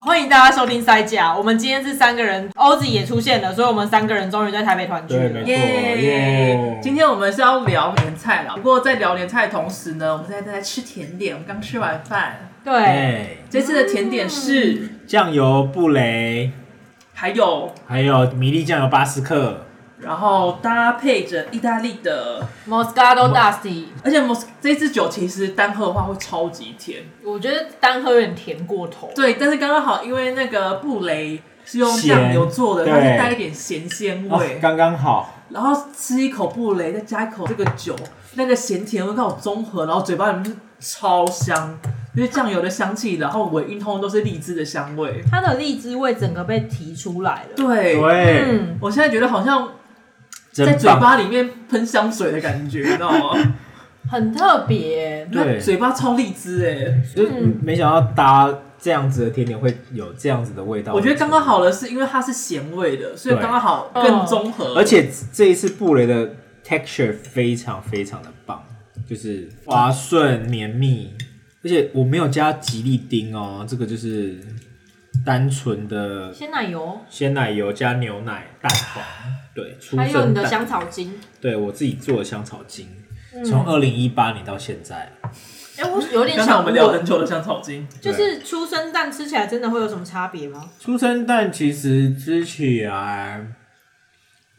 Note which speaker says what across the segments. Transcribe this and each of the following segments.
Speaker 1: 欢迎大家收听塞甲，我们今天是三个人，欧子也出现了，所以我们三个人终于在台北团聚
Speaker 2: 对，
Speaker 1: 了
Speaker 2: 没。错，
Speaker 3: 耶
Speaker 2: 哦耶！！
Speaker 3: 今天我们是要聊年菜啦，不过在聊年菜的同时呢，我们现在在吃甜点。我们刚吃完饭，
Speaker 1: 对，
Speaker 2: 哎，
Speaker 3: 这次的甜点是
Speaker 2: 酱油布雷，
Speaker 3: 还有，
Speaker 2: 还有米粒酱油巴斯克，
Speaker 3: 然后搭配着意大利的，
Speaker 1: Moscato Dusty，
Speaker 3: 而且 mos 这支酒其实单喝的话会超级甜，
Speaker 1: 我觉得单喝有点甜过头。
Speaker 3: 对，但是刚刚好，因为那个布雷是用酱油做的，
Speaker 2: 咸
Speaker 3: 它是
Speaker 2: 对
Speaker 3: 带一点咸鲜
Speaker 2: 哦
Speaker 3: 味，
Speaker 2: 刚刚好，
Speaker 3: 然后吃一口布雷，再加一口这个酒，那个咸甜味刚好综合，然后嘴巴里面就是超香，就是酱油的香气，然后尾韵通通都是荔枝的香味。
Speaker 1: 它的荔枝味整个被提出来了。
Speaker 3: 对，
Speaker 2: 对，
Speaker 1: 嗯，
Speaker 3: 我现在觉得好像在
Speaker 2: 真
Speaker 3: 嘴
Speaker 2: 棒，
Speaker 3: 巴里面喷香水的感觉，你知道吗？
Speaker 1: 很特别。
Speaker 2: 对
Speaker 3: 那嘴巴超荔枝哎、
Speaker 1: 嗯
Speaker 2: 就是没想到搭这样子的甜点会有这样子的味道，
Speaker 3: 我觉得刚刚，好的是因为它是咸味的，所以
Speaker 2: 对
Speaker 3: 刚刚好更综合。
Speaker 2: 而且这一次布雷的 texture 非常非常的棒，就是滑顺绵密，而且我没有加吉利丁哦，这个就是单纯的
Speaker 1: 鲜奶油，
Speaker 2: 鲜奶油加牛奶蛋黄，对，出
Speaker 1: 还有你
Speaker 2: 生
Speaker 1: 的
Speaker 2: 蛋。
Speaker 1: 香草精。嗯
Speaker 2: 对我自己做的香草精，从二零一八年到现在，
Speaker 1: 哎、我有点
Speaker 3: 刚才我
Speaker 1: 想
Speaker 3: 们聊
Speaker 1: 问，
Speaker 3: 很久的香草精，
Speaker 1: 就是出生蛋吃起来真的会有什么差别吗？
Speaker 2: 出生蛋其实吃起来，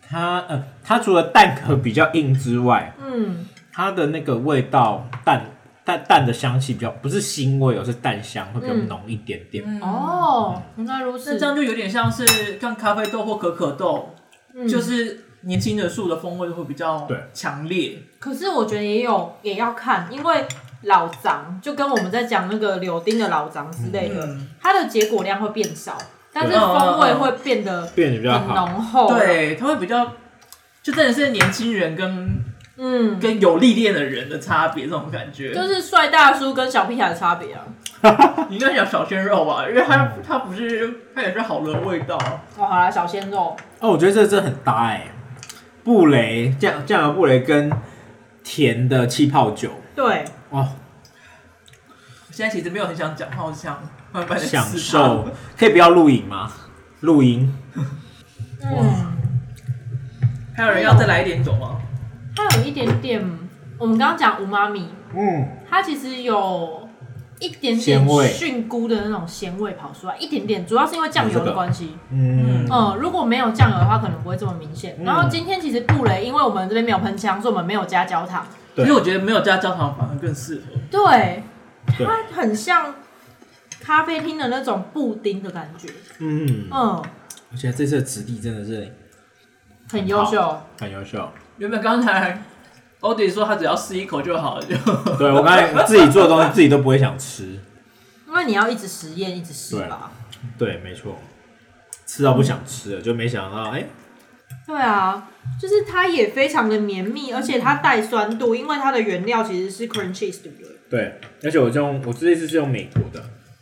Speaker 2: 它呃，它除了蛋壳比较硬之外，
Speaker 1: 嗯，
Speaker 2: 它的那个味道蛋蛋蛋的香气比较不是腥味，而哦是蛋香会比较
Speaker 1: 嗯
Speaker 2: 浓一点点。
Speaker 1: 哦，原来如
Speaker 3: 那
Speaker 1: 此
Speaker 3: 这。样就有点像是像咖啡豆或可可豆，
Speaker 1: 嗯
Speaker 3: 就是年轻的树的风味会比较
Speaker 2: 对
Speaker 3: 强烈。
Speaker 1: 可是我觉得也有也要看，因为老张就跟我们在讲那个柳丁的老张之类的，
Speaker 3: 嗯，
Speaker 1: 它的结果量会变少，但是
Speaker 2: 对
Speaker 1: 风味会变得
Speaker 2: 变得比较
Speaker 1: 很
Speaker 2: 嗯啊好，
Speaker 1: 嗯浓厚。，
Speaker 3: 对，它会比较，就真的是年轻人跟
Speaker 1: 嗯，
Speaker 3: 跟有历练的人的差别，这种感觉。
Speaker 1: 就是帅大叔跟小屁孩的差别啊。
Speaker 3: 你应该讲小鲜肉吧，因为它它不是它也是好的味道。
Speaker 1: 哦，好啦，小鲜肉，
Speaker 2: 哦，我觉得这真的很搭哎、布雷酱酱油布雷跟甜的气泡酒，
Speaker 1: 对，
Speaker 2: 哦，
Speaker 3: 我现在其实没有很想讲话，我想慢慢的
Speaker 2: 享受，可以不要录影吗？录音。
Speaker 1: 嗯，
Speaker 3: 还有人要再来一点酒吗？
Speaker 1: 它有一点点，我们刚刚讲五妈咪，
Speaker 2: 嗯，
Speaker 1: 它其实有一点点
Speaker 2: 鲜味
Speaker 1: 菌菇的那种鲜味跑出来，一点点，主要是因为酱
Speaker 2: 有
Speaker 1: 油
Speaker 2: 哦这个
Speaker 1: 的关系。
Speaker 2: 嗯，
Speaker 1: 嗯，如果没有酱油的话，可能不会这么明显。
Speaker 2: 嗯
Speaker 1: 然后今天其实布雷，因为我们这边没有喷枪，所以我们没有加焦糖。
Speaker 2: 对
Speaker 3: 其实我觉得没有加焦糖反而更适合。
Speaker 1: 对，
Speaker 2: 对
Speaker 1: 它很像咖啡厅的那种布丁的感觉。
Speaker 2: 嗯，
Speaker 1: 嗯，
Speaker 2: 我觉得这次的质地真的是
Speaker 1: 很优秀。
Speaker 2: 很优秀。
Speaker 3: 原本刚才欧弟说他只要试一口就好了，就
Speaker 2: 对我刚才自己做的东西自己都不会想吃，
Speaker 1: 因为你要一直实验，一直试吧。
Speaker 2: 对，没错，吃到不想吃了，就没想到哎、
Speaker 1: 对啊，就是它也非常的绵密，而且它带酸度，因为它的原料其实是 cream cheese 对不对？
Speaker 2: 对，而且我就用我这一次是用美国的，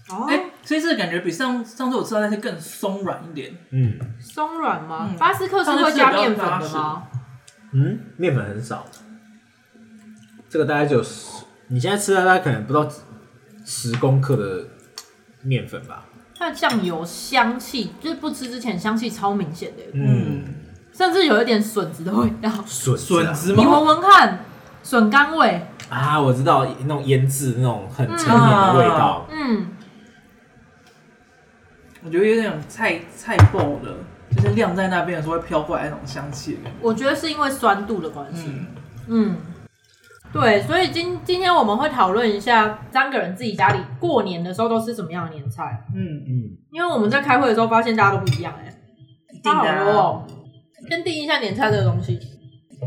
Speaker 1: 哦，
Speaker 3: 哎、所以这个感觉比上上次我吃到那些更松软一点。
Speaker 2: 嗯
Speaker 1: 松软吗？
Speaker 3: 嗯
Speaker 1: 巴斯克是会加面粉的吗？
Speaker 2: 嗯，面粉很少，这个大概只有十，你现在吃的大概可能不到十公克的面粉吧，
Speaker 1: 它的酱油香气，就是不吃之前香气超明显的，
Speaker 2: 嗯，
Speaker 1: 甚至有一点笋子的味道。
Speaker 2: 笋
Speaker 3: 笋
Speaker 2: 子
Speaker 3: 子
Speaker 1: 你
Speaker 3: 吗？
Speaker 1: 闻闻看，笋干味，
Speaker 2: 啊啊，我知道那种腌制那种很
Speaker 3: 嗯
Speaker 2: 陈年的味道，
Speaker 1: 嗯，
Speaker 3: 我觉得有点菜菜爆的，就是晾在那边的时候会飘过来那种香气的感觉。
Speaker 1: 我觉得是因为酸度的关系，
Speaker 3: 嗯，
Speaker 1: 嗯。对，所以今今天我们会讨论一下三个人自己家里过年的时候都吃什么样的年菜，
Speaker 3: 嗯，
Speaker 2: 嗯，
Speaker 1: 因为我们在开会的时候发现大家都不一样哎、欸，
Speaker 3: 一定
Speaker 1: 好
Speaker 3: 的、
Speaker 1: 多
Speaker 3: 啊。
Speaker 1: 哦。先定义一下年菜这个东西，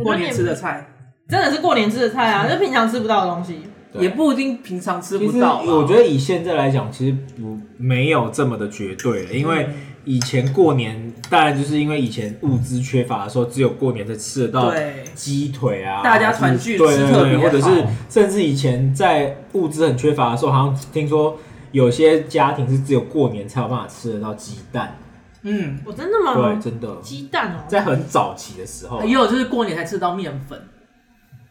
Speaker 3: 过年吃的菜
Speaker 1: 真的是过年吃的菜啊， 这平常吃不到的东西。
Speaker 2: 对
Speaker 3: 也不一定平常吃
Speaker 2: 其
Speaker 3: 不
Speaker 2: 实
Speaker 3: 到吧。
Speaker 2: 我觉得以现在来讲，其实不没有这么的绝对了，因
Speaker 3: 嗯
Speaker 2: 为以前过年，当然就是因为以前物资缺乏的时候，只有过年才吃得到
Speaker 3: 对，
Speaker 2: 鸡腿啊，
Speaker 3: 大家团聚
Speaker 2: 或者是
Speaker 3: 吃
Speaker 2: 对
Speaker 3: 特
Speaker 2: 对
Speaker 3: 别
Speaker 2: 对，或者是
Speaker 3: 好
Speaker 2: 甚至以前在物资很缺乏的时候，好像听说有些家庭是只有过年才有办法吃得到鸡蛋，
Speaker 3: 嗯，哎
Speaker 1: 我真的吗？
Speaker 2: 对，真的，
Speaker 1: 鸡蛋哦、
Speaker 2: 在很早期的时候
Speaker 3: 也，有就是过年才吃得到面粉，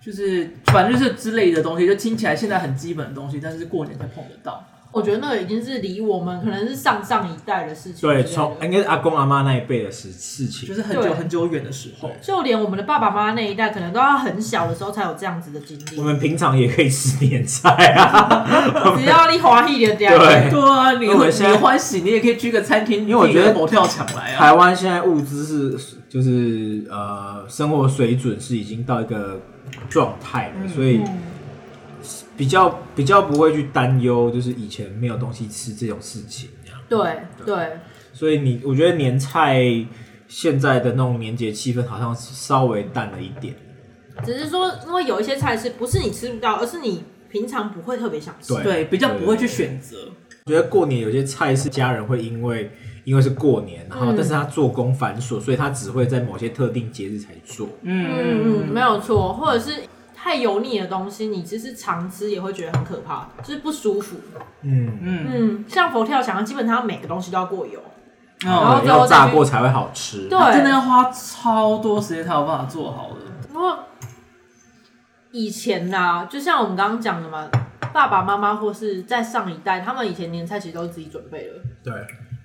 Speaker 3: 就是反正就是之类的东西，就听起来现在很基本的东西，但是过年才碰得到。
Speaker 1: 我觉得那个已经是离我们可能是上上一代的事情之类
Speaker 2: 对，
Speaker 1: 的。
Speaker 3: 哎
Speaker 2: 从应该是阿公阿妈那一辈的事事情，
Speaker 3: 就是很久
Speaker 1: 对
Speaker 3: 很久远的时候，
Speaker 1: 就连我们的爸爸妈妈那一代，可能都要很小的时候才有这样子的经
Speaker 2: 我
Speaker 1: 历。
Speaker 2: 们平常也可以吃年菜啊。
Speaker 1: 只要你华裔的这样，
Speaker 2: 对
Speaker 3: 对啊，你
Speaker 2: 因为我
Speaker 3: 会
Speaker 2: 现在
Speaker 3: 你欢喜，你也可以去个餐厅，因
Speaker 2: 为我觉得
Speaker 3: 某跳抢来啊，
Speaker 2: 台湾现在物资是就是呃生活水准是已经到一个状态了，所以
Speaker 1: 嗯
Speaker 2: 比较比较不会去担忧，就是以前没有东西吃这种事情这样。
Speaker 1: 对对，
Speaker 2: 所以你我觉得年菜现在的那种年节气氛好像稍微淡了一点。
Speaker 1: 只是说，因为有一些菜是不是你吃不到，而是你平常不会特别想吃。
Speaker 2: 对
Speaker 3: 对，比较不会去选择，
Speaker 2: 我觉得过年有些菜是家人会因为因为是过年，然后
Speaker 1: 嗯
Speaker 2: 但是他做工繁琐，所以他只会在某些特定节日才做。
Speaker 1: 嗯嗯，没
Speaker 3: 有，
Speaker 1: 有错，或者是太油腻的东西，你其实常吃也会觉得很可怕，就是不舒服。
Speaker 2: 嗯，
Speaker 3: 嗯，
Speaker 1: 嗯，像佛跳墙，基本上每个东西都要过油。
Speaker 3: 哦，
Speaker 1: 后
Speaker 2: 对
Speaker 1: 最后
Speaker 2: 要
Speaker 1: 再
Speaker 2: 炸
Speaker 1: 去
Speaker 2: 过才会好吃。
Speaker 1: 对，
Speaker 3: 真的要花超多时间才有办法做好的，
Speaker 1: 不过以前呐、就像我们刚刚讲的嘛，爸爸妈妈或是在上一代，他们以前年菜其实都是自己准备的，
Speaker 2: 对，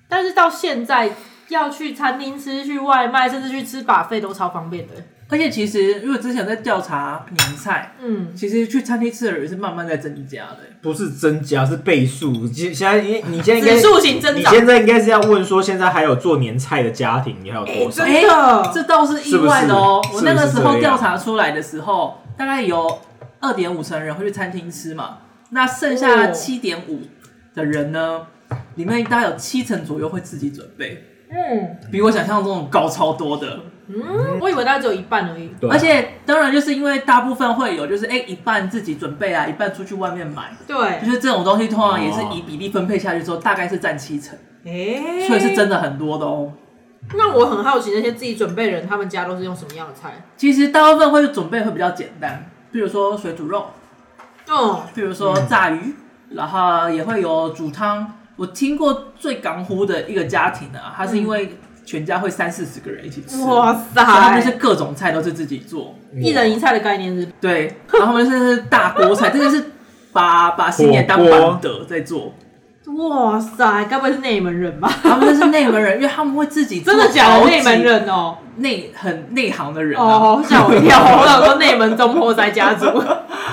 Speaker 1: 但是到现在要去餐厅吃、去外卖，甚至去吃把费都超方便的。
Speaker 3: 而且其实因为之前有在调查年菜，
Speaker 1: 嗯，
Speaker 3: 其实去餐厅吃的人是慢慢在增加的、
Speaker 2: 不是增加是倍数。现现在你你现在应该
Speaker 1: 指数型增
Speaker 2: 你
Speaker 1: 长，
Speaker 2: 现在应该是要问说，现在还有做年菜的家庭，你还有多少？
Speaker 1: 真的
Speaker 3: 哎这倒是意外的哦、
Speaker 2: 是不
Speaker 3: 我
Speaker 2: 是
Speaker 3: 那个时
Speaker 2: 是不是
Speaker 3: 候
Speaker 2: 这样
Speaker 3: 调查出来的时候，大概有二点五成人会去餐厅吃嘛，那剩下
Speaker 1: 哦
Speaker 3: 七点五的人呢，里面大概有七成左右会自己准备，
Speaker 1: 嗯
Speaker 3: 比我想象中高超多的。
Speaker 1: 嗯，我以为大概只有一半而已。
Speaker 2: 对啊
Speaker 3: 而且当然就是因为大部分会有就是哎、一半自己准备啊，一半出去外面买， 就
Speaker 1: 对，
Speaker 3: 是这种东西通常也是
Speaker 2: 哦
Speaker 3: 以比例分配下去之后，大概是占七成，
Speaker 1: 哎
Speaker 3: 所以是真的很多的哦、
Speaker 1: 那我很好奇，那些自己准备的人，他们家都是用什么样的菜？
Speaker 3: 其实大部分会准备会比较简单，比如说水煮肉，
Speaker 1: 嗯，
Speaker 3: 比如说炸鱼，然后也会有煮汤。我听过最港呼的一个家庭啊，他是因为全家会三四十个人一起吃，
Speaker 1: 嗯
Speaker 3: 所
Speaker 1: 哇
Speaker 3: 以他们就
Speaker 1: 塞
Speaker 3: 是，各种菜都是自己做，
Speaker 1: 一人一菜的概念是
Speaker 3: 对，然后他们就是大锅菜，真的是把把新年当板的在做。
Speaker 1: 哇塞，该不会是内门人吧？
Speaker 3: 他们就是内门人，因为他们会自己 做
Speaker 1: 真的假的？
Speaker 3: 好几
Speaker 1: 内门人哦、
Speaker 3: 内很内行的人、啊、
Speaker 1: 哦，吓我一跳！ 我想说内门中破塞家族，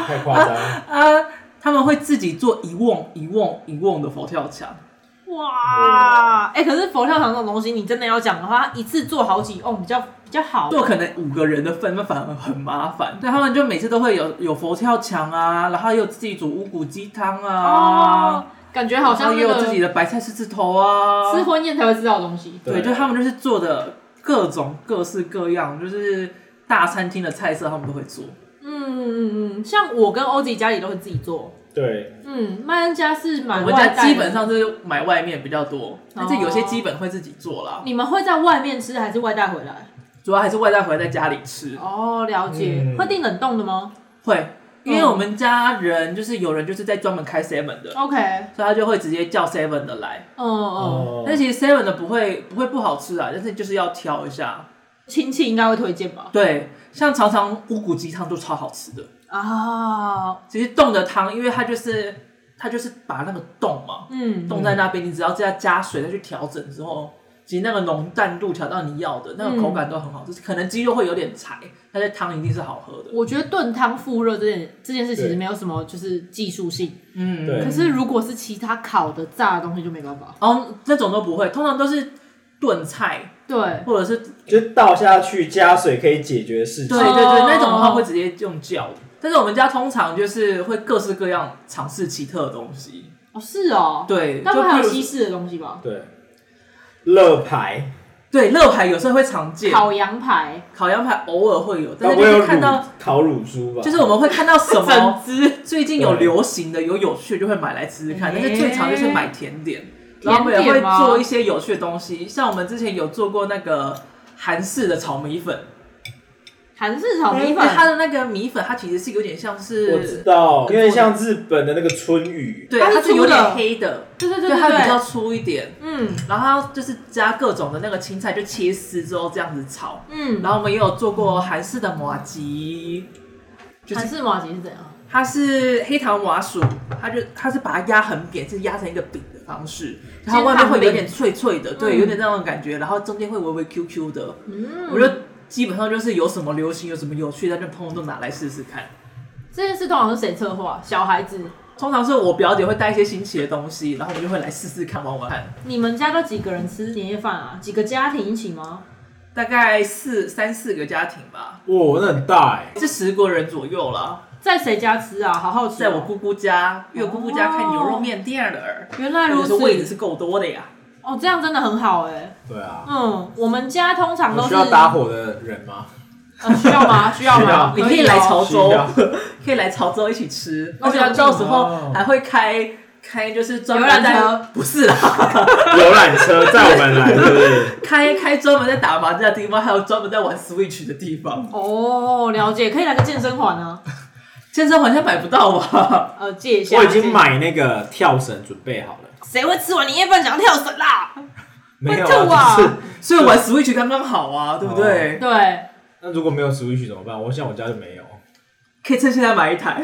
Speaker 2: 太夸张了。
Speaker 3: 啊，他们会自己做一瓮一瓮一瓮的佛跳墙。
Speaker 1: 哇！哎、可是佛跳墙这种东西，你真的要讲的话，它一次做好几哦，比较比较好。
Speaker 3: 做可能五个人的份，那反而很麻烦。对，他们就每次都会有有佛跳墙啊，然后也有自己煮五谷鸡汤
Speaker 1: 哦
Speaker 3: 啊，，
Speaker 1: 感觉好
Speaker 3: 然后
Speaker 1: 像
Speaker 3: 也
Speaker 1: 那
Speaker 3: 有
Speaker 1: 个
Speaker 3: 自己的白菜狮子头啊，
Speaker 1: 吃婚宴才会吃到的东西。
Speaker 3: 对，就他们就是做的各种各式各样，就是大餐厅的菜色他们都会做。
Speaker 1: 嗯嗯嗯，像我跟欧吉家里都会自己做。
Speaker 2: 对，
Speaker 1: 嗯，麦恩家是
Speaker 3: 我
Speaker 1: 买
Speaker 3: 们
Speaker 1: 外带
Speaker 3: 家
Speaker 1: 的哦
Speaker 3: 基本，上是买外面比较多，但是有些基本会自己做啦，
Speaker 1: 你们会在外面吃还是外带回来？
Speaker 3: 主要还是外带回来在家里吃。
Speaker 1: 哦，了解。
Speaker 2: 嗯
Speaker 1: 会订冷冻的吗
Speaker 3: 会，因为
Speaker 1: 嗯
Speaker 3: 我们家人就是有人就是在专门开 seven
Speaker 2: 嗯
Speaker 3: 的，
Speaker 1: ？OK，
Speaker 3: 所以他就会直接叫 seven 的来。
Speaker 1: 嗯嗯，
Speaker 2: 哦
Speaker 3: 但其实 Seven 的不会不会不好吃啊，但是就是要挑一下。
Speaker 1: 亲戚应该会推荐吧？
Speaker 3: 对，像常常乌骨鸡汤都超好吃的。
Speaker 1: 啊，
Speaker 3: 其实冻的汤，因为它就是它就是把那个冻嘛
Speaker 1: 嗯，
Speaker 3: 冻在那边，你只要再加水再去调整之后，其实那个浓淡度调到你要的那
Speaker 2: 嗯
Speaker 3: 个口感都很好吃。可能鸡肉会有点柴，但是汤一定是好喝的。
Speaker 1: 我觉得炖汤复热这件这件事其实
Speaker 2: 对
Speaker 1: 没有什么就是技术性，
Speaker 3: 嗯，
Speaker 2: 对
Speaker 1: 可是如果是其他烤的炸的东西就没办法。
Speaker 3: 哦，那种都不会，通常都是炖菜
Speaker 1: 对，
Speaker 3: 或者是
Speaker 2: 就倒下去加水可以解决事
Speaker 3: 对
Speaker 1: 哦
Speaker 3: 对对，那种的话会直接用叫的。但是我们家通常就是会各式各样尝试奇特的东西，
Speaker 1: 哦是哦，
Speaker 3: 对，
Speaker 1: 该不
Speaker 3: 就
Speaker 1: 会还有
Speaker 3: 比
Speaker 1: 西式
Speaker 3: 如
Speaker 1: 的东西吧？
Speaker 2: 对，乐牌，
Speaker 3: 对乐牌有时候会常见，
Speaker 1: 烤羊排、
Speaker 3: 烤羊排偶尔会有，但
Speaker 2: 搞
Speaker 3: 是
Speaker 2: 不好啊
Speaker 3: 就
Speaker 2: 有
Speaker 3: 是
Speaker 2: 乳
Speaker 3: 看到
Speaker 2: 烤乳猪吧，
Speaker 3: 就是我们会看到什 么
Speaker 1: 整只，
Speaker 3: 最近有流行的有有趣的就会买来吃吃看，但是最常就是买甜点，然后我们也
Speaker 1: 哎甜
Speaker 3: 会
Speaker 1: 点吗
Speaker 3: 做一些有趣的东西，像我们之前有做过那个韩式的炒米粉，
Speaker 1: 韩式炒哦米
Speaker 3: 因为
Speaker 1: 粉，
Speaker 3: 它的那个米粉它其实是有点像
Speaker 2: 我知
Speaker 3: 是，
Speaker 2: 道，因为像日本的那个春雨，
Speaker 3: 对，
Speaker 1: 它是
Speaker 3: 它是有
Speaker 1: 粗的
Speaker 3: 点黑的，
Speaker 1: 对对对
Speaker 3: 对，它比较
Speaker 1: 对，
Speaker 3: 粗一点。
Speaker 1: 嗯
Speaker 3: 然后它就是加各种的那个青菜，就切丝之后这样子炒。
Speaker 1: 嗯，
Speaker 3: 然后我们也有做过韩式的麻吉，就
Speaker 1: 韩
Speaker 3: 是
Speaker 1: 式麻吉是怎样？
Speaker 3: 它是黑糖麻薯，它就它是把它压很扁，是压成一个饼的方式，然后外面会有点脆脆的，对，有点那种感觉，然后中间会微微 Q Q 的。
Speaker 1: 嗯，
Speaker 3: 我觉得基本上就是有什么流行，有什么有趣的，那就通通都拿来试试看。
Speaker 1: 这件事通常是谁策划？小孩子。
Speaker 3: 通常是我表姐会带一些新奇的东西，然后我们就会来试试看玩玩看。
Speaker 1: 你们家都几个人吃年夜饭啊？几个家庭一起吗？
Speaker 3: 大概四三四个家庭吧，
Speaker 2: 哇，那很大哎、
Speaker 3: 是十个人左右了。
Speaker 1: 在谁家吃啊？好好奇、
Speaker 3: 在我，姑姑家，因为我姑姑家开牛肉面店的，
Speaker 1: 原来哦如
Speaker 3: 我
Speaker 1: 此
Speaker 3: 的。位置是够多的呀。
Speaker 1: 哦，这样真的很好哎、
Speaker 2: 对啊，
Speaker 1: 嗯，我们家通常都
Speaker 2: 有
Speaker 1: 是
Speaker 2: 需要搭伙的人吗？
Speaker 1: 呃需要吗？哦需要
Speaker 2: 需
Speaker 1: 吗
Speaker 2: 要？
Speaker 3: 你可以来潮
Speaker 2: 需要
Speaker 3: 州，可以来潮州一起吃，
Speaker 1: 哦
Speaker 3: 而且我到时候
Speaker 2: 哦
Speaker 3: 还会开开就是专门
Speaker 1: 游览
Speaker 3: 在
Speaker 1: 车
Speaker 3: 不是啦，
Speaker 1: 啊
Speaker 2: 游览车载我们来，对不对？
Speaker 3: 开开专门在打麻将的地方，还有专门在玩 Switch 的地方。
Speaker 1: 哦，了解，可以来个健身环啊，
Speaker 3: 健身环现在买不到啊 吧？
Speaker 1: 呃，借一下。
Speaker 2: 我已经，买那个跳绳准备好了，
Speaker 1: 谁会吃完年夜饭想要跳绳啦？
Speaker 2: 没有
Speaker 1: 会吐啊
Speaker 2: 就是 啊
Speaker 3: 所以玩 Switch 刚刚好啊，对不对？
Speaker 1: 对，
Speaker 2: 那如果没有 Switch 怎么办？我想我家就没有，
Speaker 3: 可以趁现在买一台。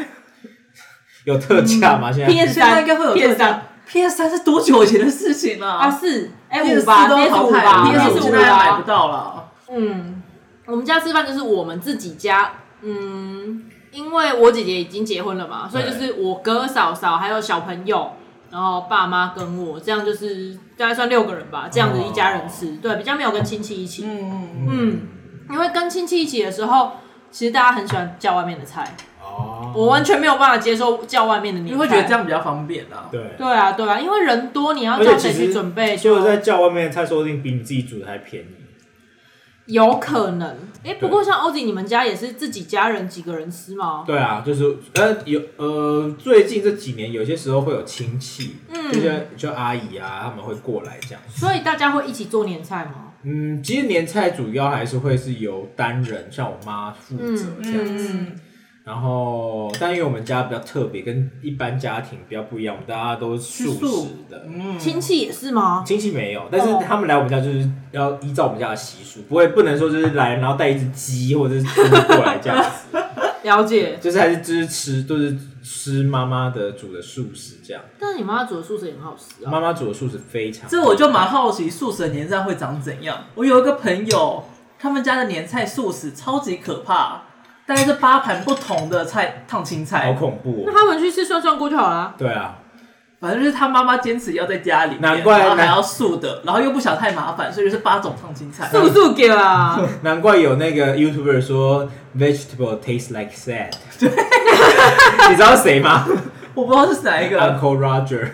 Speaker 2: 有特价吗？现在
Speaker 1: PS3
Speaker 3: 现在应该会有
Speaker 1: 片
Speaker 3: 三
Speaker 1: 三
Speaker 3: PS 三是多久以前的事情了、
Speaker 1: 啊，四哎
Speaker 3: PS
Speaker 1: 五吧
Speaker 3: 四都
Speaker 1: ，PS
Speaker 3: 淘
Speaker 1: 五
Speaker 3: 汰
Speaker 1: 吧
Speaker 3: 了
Speaker 2: ，PS5
Speaker 3: ，PS
Speaker 1: ，PS
Speaker 3: 五
Speaker 1: 五
Speaker 3: 现在买不
Speaker 1: 吧。
Speaker 3: 到了。
Speaker 1: 嗯，我们家吃饭就是我们自己家，嗯，因为我姐姐已经结婚了嘛，所以就是我哥、嫂嫂还有小朋友，然后爸妈跟我，这样就是大概算六个人吧，这样子一家人吃，
Speaker 2: 哦
Speaker 1: 对，比较没有跟亲戚一起。
Speaker 3: 嗯，
Speaker 1: 嗯，因为跟亲戚一起的时候，其实大家很喜欢叫外面的菜，
Speaker 2: 哦，
Speaker 1: 我完全没有办法接受叫外面的
Speaker 3: 你
Speaker 1: 年菜。
Speaker 3: 会觉得这？样比较方便啊。
Speaker 2: 对。
Speaker 1: 对啊，对啊，因为人多，你要
Speaker 2: 而且
Speaker 1: 叫
Speaker 2: 其
Speaker 1: 谁
Speaker 2: 实
Speaker 1: 去准备？
Speaker 2: 所以我在叫外面的菜，说不定比你自己煮的还便宜。
Speaker 1: 有可能。哎、不
Speaker 2: 对
Speaker 1: 过像欧弟，你们家也是自己家人几个人吃吗？
Speaker 2: 对啊，就是呃有呃，最近这几年有些时候会有亲戚，
Speaker 1: 嗯
Speaker 2: 就像就阿姨啊，他们会过来这样。
Speaker 1: 所以大家会一起做年菜吗？
Speaker 2: 嗯，其实年菜主要还是会是由单人，像我妈负责这样。
Speaker 1: 嗯，
Speaker 2: 然后，但因为我们家比较特别，跟一般家庭比较不一样，我们大家都是素食的。
Speaker 3: 嗯，
Speaker 1: 亲戚也是吗？
Speaker 2: 亲戚没有，但是
Speaker 1: 哦
Speaker 2: 他们来我们家就是要依照我们家的习俗，不会不能说就是来然后带一只鸡或者是猪过来这样子，
Speaker 1: 了解。
Speaker 2: 就是还是就是吃就是吃妈妈的煮的素食这样，
Speaker 1: 但是你妈煮的素食也很好吃啊。
Speaker 2: 妈妈煮的素食非常。
Speaker 3: 这我就蛮好奇素食的年菜会长怎样。我有一个朋友，他们家的年菜素食超级可怕，大概是八盘不同的菜烫青
Speaker 2: 好
Speaker 3: 菜，
Speaker 2: 恐怖、
Speaker 1: 那
Speaker 2: 哦。
Speaker 1: 他们去吃涮涮锅就好 啦。
Speaker 2: 对啊，
Speaker 3: 反正就是他妈妈坚持要在家里面，
Speaker 2: 难怪
Speaker 3: 然后还
Speaker 2: 难
Speaker 3: 要素的，然后又不想太麻烦，所以就是八种烫青菜。
Speaker 1: 素素给 啦，
Speaker 2: 难怪有那个 YouTuber 说 vegetable tastes like sad。你知道谁吗
Speaker 3: 我不知道是哪一个，哦
Speaker 2: ？Uncle Roger。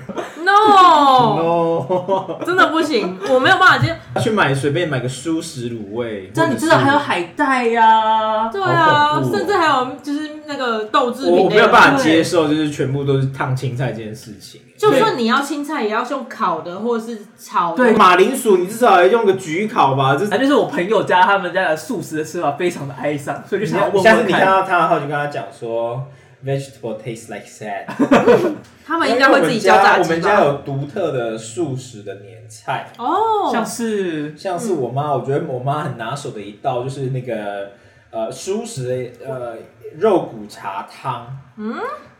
Speaker 1: no，
Speaker 2: No，
Speaker 1: 真的不行，我没有办法接。
Speaker 2: 去买随便买个素食卤味，
Speaker 3: 这样你
Speaker 2: 或者
Speaker 3: 至少
Speaker 2: 是
Speaker 3: 还有海带呀、
Speaker 1: 对啊，
Speaker 2: 好恐怖哦
Speaker 1: 甚至还有就是那个豆制
Speaker 2: 我
Speaker 1: 品类
Speaker 2: 我没
Speaker 1: 的
Speaker 2: 有办法
Speaker 3: 对
Speaker 2: 接受，就是全部都是烫青菜这件事情。
Speaker 1: 就算你要青菜，也要用烤的或者是炒的。
Speaker 3: 对
Speaker 2: 马铃薯，你至少要用个焗烤吧，这
Speaker 3: 反正就是我朋友家他们家的素食的吃法非常的哀伤，所以就想要问
Speaker 2: 下次
Speaker 3: 问
Speaker 2: 你看
Speaker 3: 看。
Speaker 2: 到他的话，就跟他讲说，vegetable tastes like sad。
Speaker 1: 他们应该会自己教炸
Speaker 2: 我
Speaker 1: 鸡
Speaker 2: 们家
Speaker 1: 吧？
Speaker 2: 有独特的素食的年菜，
Speaker 3: 像
Speaker 1: 哦，
Speaker 3: 是
Speaker 2: 像是我妈，我觉得我妈很拿手的一道就是那个呃素食的呃肉骨茶汤。嗯，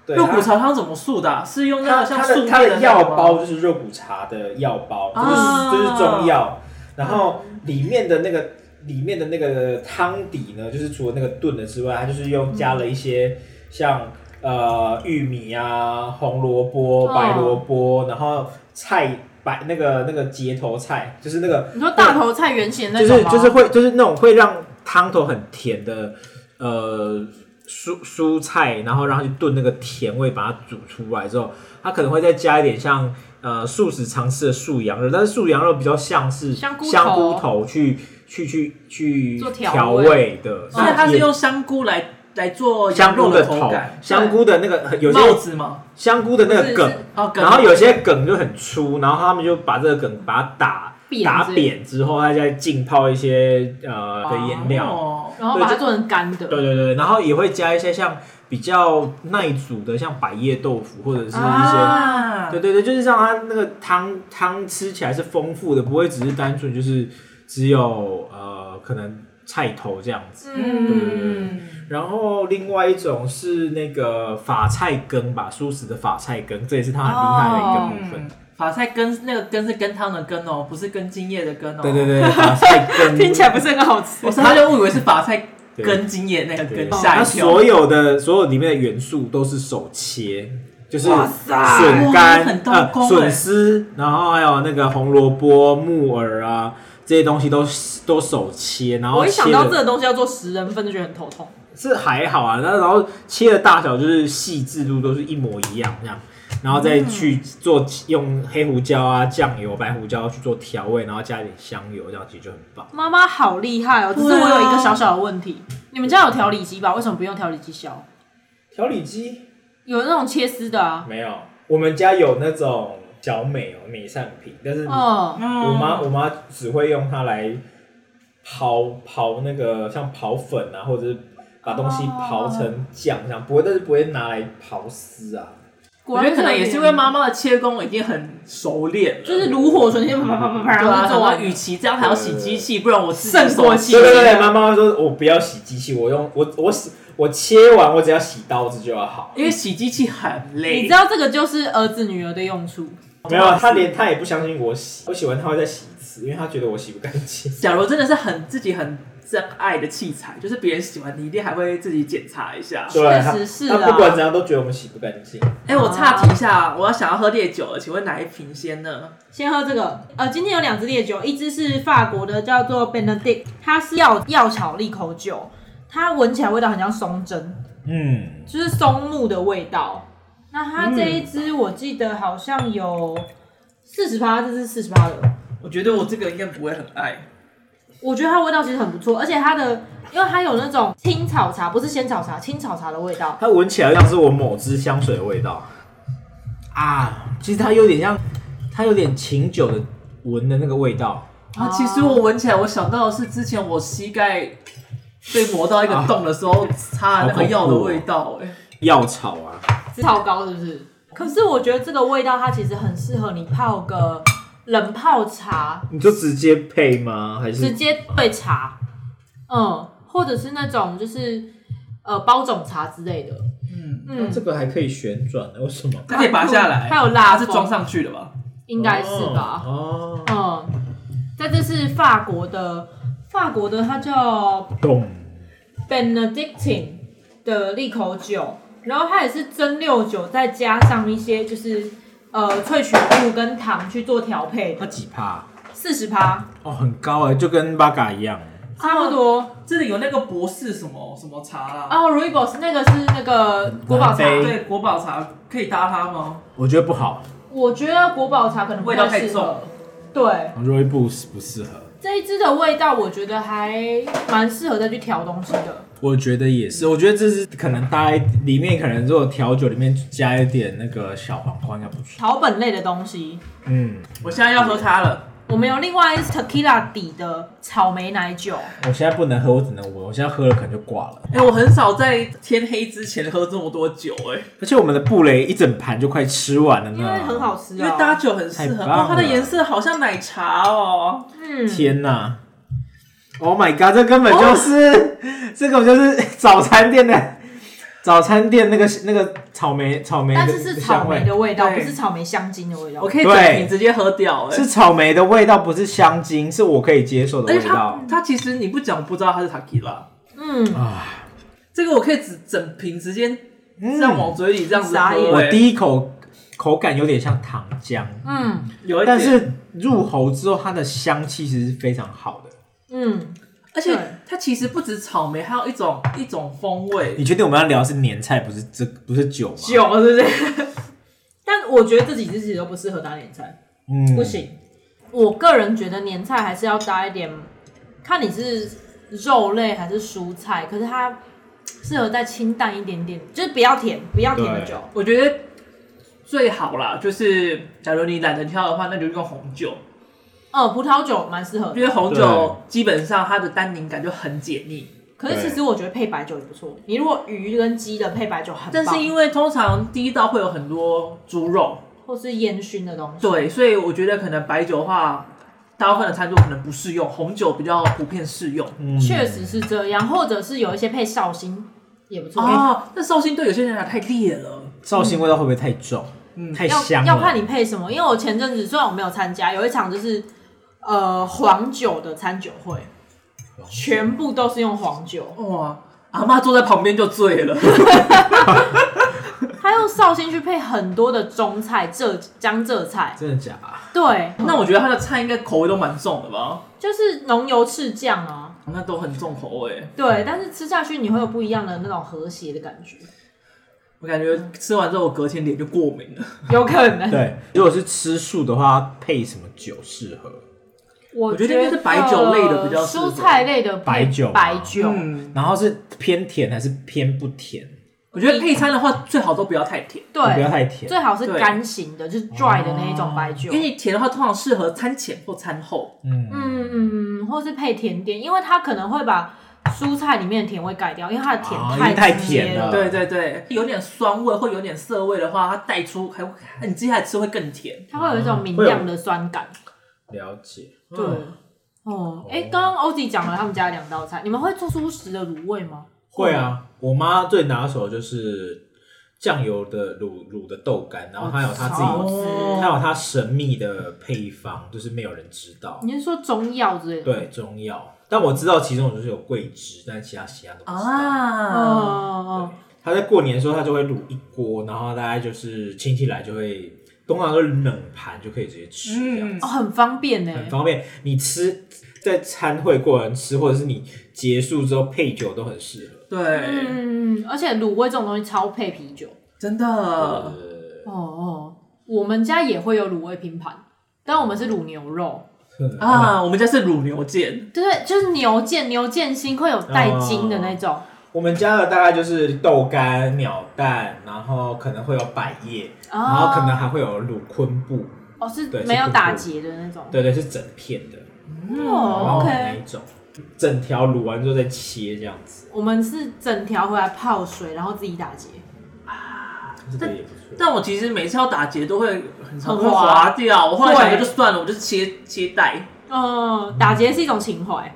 Speaker 2: 对，
Speaker 3: 肉骨
Speaker 2: 它
Speaker 3: 茶汤怎么素的啊、是用那
Speaker 2: 它
Speaker 3: 个像
Speaker 2: 它
Speaker 3: 素
Speaker 2: 的
Speaker 3: 面
Speaker 2: 它的
Speaker 3: 那个
Speaker 2: 药
Speaker 3: 吗
Speaker 2: 包就是肉骨茶的药包，就是、
Speaker 3: 啊
Speaker 2: 就是中药，然后里面的那个里面的那个汤底呢，就是除了那个炖的之外，它就是用加了一些
Speaker 3: 嗯
Speaker 2: 像呃玉米啊、红萝卜、
Speaker 1: 哦
Speaker 2: 白萝卜，然后菜白那个那个节头菜，就是那个
Speaker 1: 你说大头菜圆形的
Speaker 2: 就
Speaker 1: 那啊种
Speaker 2: 是
Speaker 1: 吗？
Speaker 2: 就是会就是那种会让汤头很甜的呃蔬蔬菜，然后让它去炖那个甜味，把它煮出来之后，它可能会再加一点像呃素食常吃的素羊肉，但是素羊肉比较像是
Speaker 1: 香菇头
Speaker 2: 香菇头去去去去
Speaker 1: 做调
Speaker 2: 调
Speaker 1: 味哦
Speaker 2: 味的，
Speaker 3: 哦所以它是
Speaker 2: 也
Speaker 3: 用香菇来来做
Speaker 2: 香
Speaker 3: 羊
Speaker 2: 菇
Speaker 3: 肉
Speaker 2: 的
Speaker 3: 口
Speaker 2: 头
Speaker 3: 感，，
Speaker 2: 香菇的那个有
Speaker 3: 帽
Speaker 2: 些
Speaker 3: 子吗？
Speaker 2: 香菇的那
Speaker 1: 不
Speaker 2: 个
Speaker 1: 是
Speaker 2: 梗
Speaker 1: 是。
Speaker 3: 哦，梗
Speaker 2: 然后有些梗就很粗，然后他们就把这个梗把它打
Speaker 1: 扁
Speaker 2: 打
Speaker 1: 之类的
Speaker 2: 扁之后，它再浸泡一些呃的颜料，
Speaker 3: 啊哦
Speaker 1: 然后把它做成干的。
Speaker 2: 对对对，然后也会加一些像比较耐煮的，像百叶豆腐或者是一些，
Speaker 1: 啊
Speaker 3: 啊
Speaker 2: 对，对对，就是让它那个汤汤吃起来是丰富的，不会只是单纯就是只有呃可能菜头这样子。对对对
Speaker 1: 嗯，
Speaker 2: 对然后另外一种是那个法菜羹吧，素食的法菜羹，这也是它很厉害的一个部
Speaker 1: 哦
Speaker 2: 分。
Speaker 3: 嗯，法菜羹那个羹是羹汤的羹哦，不是根茎叶的羹哦。
Speaker 2: 对对对，法菜羹
Speaker 1: 听起来不是很好吃
Speaker 3: 我。上次就误以为是法菜
Speaker 2: 对
Speaker 3: 跟茎叶 那个
Speaker 2: 对
Speaker 3: 跟，吓
Speaker 2: 它
Speaker 3: 一跳。
Speaker 2: 所有的所有里面的元素都是手切，就是
Speaker 1: 哇塞
Speaker 2: 笋
Speaker 3: 哇
Speaker 2: 干
Speaker 3: 很、动
Speaker 2: 呃
Speaker 3: 工欸
Speaker 2: 笋丝，然后还有那个红萝卜、木耳啊这些东西都都手切，然后
Speaker 1: 我一想
Speaker 2: 切
Speaker 1: 到这
Speaker 2: 的
Speaker 1: 个东西要做十人份，就觉得很头痛。
Speaker 2: 是还好啊，然后然后切的大小就是细致度都是一模一样这样。然后再去做用黑胡椒啊、酱油、白胡椒去做调味，然后加一点香油，这样其实就很棒。
Speaker 1: 妈妈好厉害哦！只
Speaker 3: 对啊
Speaker 1: 是我有一个小小的问题，你们家有调理机吧？为什么不用调理机削？
Speaker 2: 调理机
Speaker 1: 有那种切丝的啊？
Speaker 2: 没有，我们家有那种小美哦美善品，但是
Speaker 1: 嗯，
Speaker 3: 嗯
Speaker 2: 我妈我妈只会用它来刨刨那个像刨粉啊，或者是把东
Speaker 1: 哦
Speaker 2: 西刨成酱这样，不会，但是不会拿来刨丝啊。
Speaker 1: 果
Speaker 3: 我觉
Speaker 1: 然
Speaker 3: 得可能也是因为妈妈的切工已经很熟练了，
Speaker 1: 就是炉火纯青，啪啪啪啪啪，然
Speaker 3: 对
Speaker 1: 后
Speaker 3: 啊，
Speaker 1: 就做
Speaker 3: 我
Speaker 1: 完。
Speaker 3: 与其这样还要洗机器，不然我自己手
Speaker 1: 胜过机器啊
Speaker 2: 对对对，妈妈说我不要洗机器，我用我我洗我切完，我只要洗刀子就要好。
Speaker 3: 因为洗机器很累。
Speaker 1: 你知道这个就是儿子女儿的用处。
Speaker 2: 没有，啊她连她也不相信我洗，我洗完她会再洗一次，因为她觉得我洗不干净。
Speaker 3: 假如真的是很自己很真爱的器材，就是别人喜欢，你一定还会自己检查一下。
Speaker 2: 对，她
Speaker 1: 实是
Speaker 2: 她
Speaker 1: 啊
Speaker 2: 不管怎样都觉得我们洗不干净。
Speaker 3: 哎、我岔题一下，我要想要喝烈酒了，请问哪一瓶先呢？
Speaker 1: 先喝这个，呃，今天有两支烈酒，一支是法国的，叫做 Benedict，它是药药草利口酒，它闻起来味道很像松针，
Speaker 2: 嗯，
Speaker 1: 就是松木的味道。那它这一支我记得好像有四十趴，这是四十趴的，
Speaker 3: 我觉得我这个应该不会很爱。
Speaker 1: 我觉得它味道其实很不错，而且它的因为它有那种青草茶，不是仙草茶，青草茶的味道。
Speaker 2: 它闻起来像是我某支香水的味道啊，其实它有点像，它有点琴酒的闻的那个味道。
Speaker 3: 啊，其实我闻起来，我想到的是之前我膝盖被磨到一个洞的时候，擦的那个药的味道、哎、
Speaker 2: 药草啊，
Speaker 1: 超高是不是？可是我觉得这个味道它其实很适合你泡个冷泡茶，
Speaker 2: 你就直接配吗？还
Speaker 1: 直
Speaker 2: 是
Speaker 1: 接兑茶，嗯，或者是那种就是呃包种茶之类的，
Speaker 3: 嗯，
Speaker 1: 嗯，
Speaker 2: 这个还可以旋转的？为什么？
Speaker 3: 它可以拔下来，
Speaker 1: 它有辣
Speaker 3: 它是
Speaker 1: 风
Speaker 3: 装上去的吧？
Speaker 1: 应该是吧，
Speaker 2: 哦，
Speaker 1: 嗯，但这是法国的，法国的它叫
Speaker 2: 懂。
Speaker 1: Benedictine 的利口酒，然后它也是蒸馏酒，再加上一些就是呃萃取物跟糖去做调配
Speaker 2: 它
Speaker 1: 的，
Speaker 2: 几趴？
Speaker 1: 四十趴
Speaker 2: 哦，很高哎，就跟巴嘎一样。
Speaker 1: 差不多。
Speaker 3: 这里有那个博士什么什么茶啦，
Speaker 1: 哦 r u i b o s 那个是那个国宝茶
Speaker 2: 南，非
Speaker 3: 对，国宝茶可以搭它吗？
Speaker 2: 我觉得不好
Speaker 1: 我觉得国宝茶可能不
Speaker 3: 味道
Speaker 1: 太
Speaker 3: 太
Speaker 1: 适
Speaker 3: 重
Speaker 1: 合
Speaker 3: 了。
Speaker 1: 对，
Speaker 2: ，Roy Boost 不适合。
Speaker 1: 这一支的味道，我觉得还蛮适合再去调东西的。
Speaker 2: 我觉得也是，我觉得这是可能搭一里面可能如果调酒里面加一点那个小黄瓜应该不错。
Speaker 1: 草本类的东西，
Speaker 2: 嗯，
Speaker 3: 我现在要喝它了。
Speaker 1: 我们有另外一支 tequila 底的草莓奶酒，
Speaker 2: 我现在不能喝，我只能闻。我现在喝了可能就挂了。
Speaker 3: 哎、我很少在天黑之前喝这么多酒、哎，
Speaker 2: 而且我们的布雷一整盘就快吃完了呢，
Speaker 1: 因为很好吃
Speaker 3: 因
Speaker 1: 啊。
Speaker 3: 为搭酒很适合。
Speaker 2: 太棒了
Speaker 3: 哦，它的颜色好像奶茶哦。
Speaker 1: 嗯，
Speaker 2: 天哪！Oh my god，这根本就是、
Speaker 1: 哦
Speaker 2: 这根本就是早餐店的早餐店那个那个草莓草莓的
Speaker 1: 但是是草莓
Speaker 2: 香味
Speaker 1: 的味道，
Speaker 3: 对
Speaker 1: 不是草莓香精的味道。
Speaker 3: 我可以整
Speaker 2: 对
Speaker 3: 瓶直接喝掉、哎，
Speaker 2: 是草莓的味道，不是香精，是我可以接受的
Speaker 3: 而
Speaker 2: 味
Speaker 3: 且它
Speaker 2: 道
Speaker 3: 它其实你不讲我不知道它是 tequila，
Speaker 1: 嗯，
Speaker 2: 啊！
Speaker 3: 这个我可以只整瓶直接这样往嘴里这样子
Speaker 1: 傻眼
Speaker 3: 喝、
Speaker 2: 嗯我
Speaker 3: 哎
Speaker 2: 第一口口感有点像糖浆，
Speaker 1: 嗯
Speaker 3: 有一
Speaker 2: 但
Speaker 3: 点，
Speaker 2: 是入喉之后它的香气其实是非常好的。
Speaker 1: 嗯，
Speaker 3: 而且
Speaker 1: 对
Speaker 3: 它其实不止草莓，还有一种一种风味。
Speaker 2: 你确定我们要聊的是年菜，不是这不是酒吗？
Speaker 1: 酒是不是？ 但我觉得这几支其实都不适合搭年菜，
Speaker 2: 嗯，
Speaker 1: 不。行。我个人觉得年菜还是要搭一点，看你是肉类还是蔬菜，可是它适合再清淡一点点，就是不要甜，不要甜的
Speaker 2: 对
Speaker 1: 酒。
Speaker 3: 我觉得最好啦，就是假如你懒得挑的话，那就用红酒，
Speaker 1: 呃，葡萄酒蛮适合
Speaker 3: 因
Speaker 1: 的，
Speaker 3: 为红
Speaker 2: 对
Speaker 3: 酒基本上它的单宁感就很解腻。
Speaker 1: 可是其实我觉得配白酒也不错。你如果鱼跟鸡的配白酒很棒，
Speaker 3: 但是因为通常第一道会有很多猪肉，
Speaker 1: 或是烟熏的东西，
Speaker 3: 对，所以我觉得可能白酒的话，大部分的餐桌可能不适用，红酒比较普遍适用。
Speaker 2: 嗯
Speaker 1: 确实是这样，或者是有一些配绍兴，也不错。
Speaker 3: 哦，那绍兴对有些人来讲太烈了，
Speaker 2: 绍兴味道会不会太重？
Speaker 3: 嗯
Speaker 2: 太香
Speaker 1: 要
Speaker 2: 了。
Speaker 1: 要看你配什么，因为我前阵子虽然我没有参加，有一场就是呃黄酒的餐酒会，全部都是用黄酒，
Speaker 3: 哇，阿妈坐在旁边就醉 了。
Speaker 1: 他用绍兴去配很多的中菜，浙江浙菜，
Speaker 2: 真的假的？
Speaker 1: 对，
Speaker 3: 那我觉得他的菜应该口味都蛮重的吧？
Speaker 1: 就是浓油赤酱啊，
Speaker 3: 那都很重口味，
Speaker 1: 对，但是吃下去你会有不一样的那种和谐的感觉，
Speaker 3: 我感觉吃完之后我隔天脸就过敏了。
Speaker 1: 有可能。
Speaker 2: 对，如果是吃素的话，配什么酒适合？
Speaker 1: 我
Speaker 3: 我觉得应该是白酒类的比较适合啊
Speaker 1: 蔬菜类的
Speaker 2: 白酒吗
Speaker 1: 白酒，
Speaker 3: 嗯，
Speaker 2: 然后是偏甜还是偏不甜？哦
Speaker 3: 我觉得配餐的话最好都不要太甜，
Speaker 2: 不要
Speaker 1: 对，
Speaker 2: 太甜。
Speaker 1: 最好是
Speaker 3: 对哦
Speaker 1: 干型的，就是 dry 的那一种白酒，
Speaker 3: 因为你甜的话通常适合餐前或餐后。
Speaker 2: 嗯，
Speaker 1: 嗯，嗯，或是配甜点，因为它可能会把蔬菜里面的甜味改掉，因为它的甜
Speaker 2: 啊因
Speaker 1: 太,、
Speaker 2: 为太甜了
Speaker 1: 了。
Speaker 3: 对对对，有点酸味或有点涩味的话，它带出还会你接下来吃会更甜。
Speaker 1: 它会有一种明亮的酸感。
Speaker 2: 了解。嗯
Speaker 1: 对，哦，哎、刚刚 Oz 讲了他们家两道菜，你们会做出食的卤味吗？
Speaker 2: 会啊，我妈最拿手就是酱油的卤卤的豆干，然后她有她自
Speaker 1: 好
Speaker 2: 己，
Speaker 1: 吃
Speaker 2: 她有她神秘的配方，就是没有人知道。
Speaker 1: 你是说中药之类的？
Speaker 2: 对，中药，但我知道其中就是有桂枝，但其他其他都不知道。
Speaker 3: 啊，
Speaker 1: 哦，
Speaker 2: 她在过年的时候，她就会卤一锅，然后大概就是亲戚来就会，通常都是冷盘就可以直接吃，这样、
Speaker 3: 嗯
Speaker 1: 哦，很方便呢、
Speaker 2: 很方便。你吃在餐会过人吃，或者是你结束之后配酒都很适合。
Speaker 3: 对，
Speaker 1: 嗯，而且卤味这种东西超配啤酒。
Speaker 3: 真的
Speaker 1: 哦哦，我们家也会有卤味拼盘，但我们是卤牛肉。
Speaker 2: 呃
Speaker 3: 啊，我们家是乳牛腱，
Speaker 1: 对，就是牛腱，牛腱心会有带筋的那种。
Speaker 2: 我们家的大概就是豆干、鸟蛋，然后可能会有百叶，
Speaker 1: 然
Speaker 2: 然后可能还会有卤昆布，
Speaker 1: 哦是
Speaker 2: 对是
Speaker 1: 没有
Speaker 2: 不
Speaker 1: 打
Speaker 2: 不
Speaker 1: 结的那种。
Speaker 2: 对对，是整片的，
Speaker 3: 嗯
Speaker 2: 然
Speaker 1: 哦
Speaker 2: 后那
Speaker 1: ，OK，
Speaker 2: 一种，整条卤完之后再切这样子，
Speaker 1: 我们是整条回来泡水，然后自己打结。
Speaker 2: 这个也不错。
Speaker 3: 但我其实每次要打结都会很常
Speaker 1: 很
Speaker 3: 会
Speaker 1: 滑
Speaker 3: 滑掉，我后来
Speaker 1: 会
Speaker 3: 想着就算了，我就切切带。
Speaker 1: 嗯，打结是一种情怀。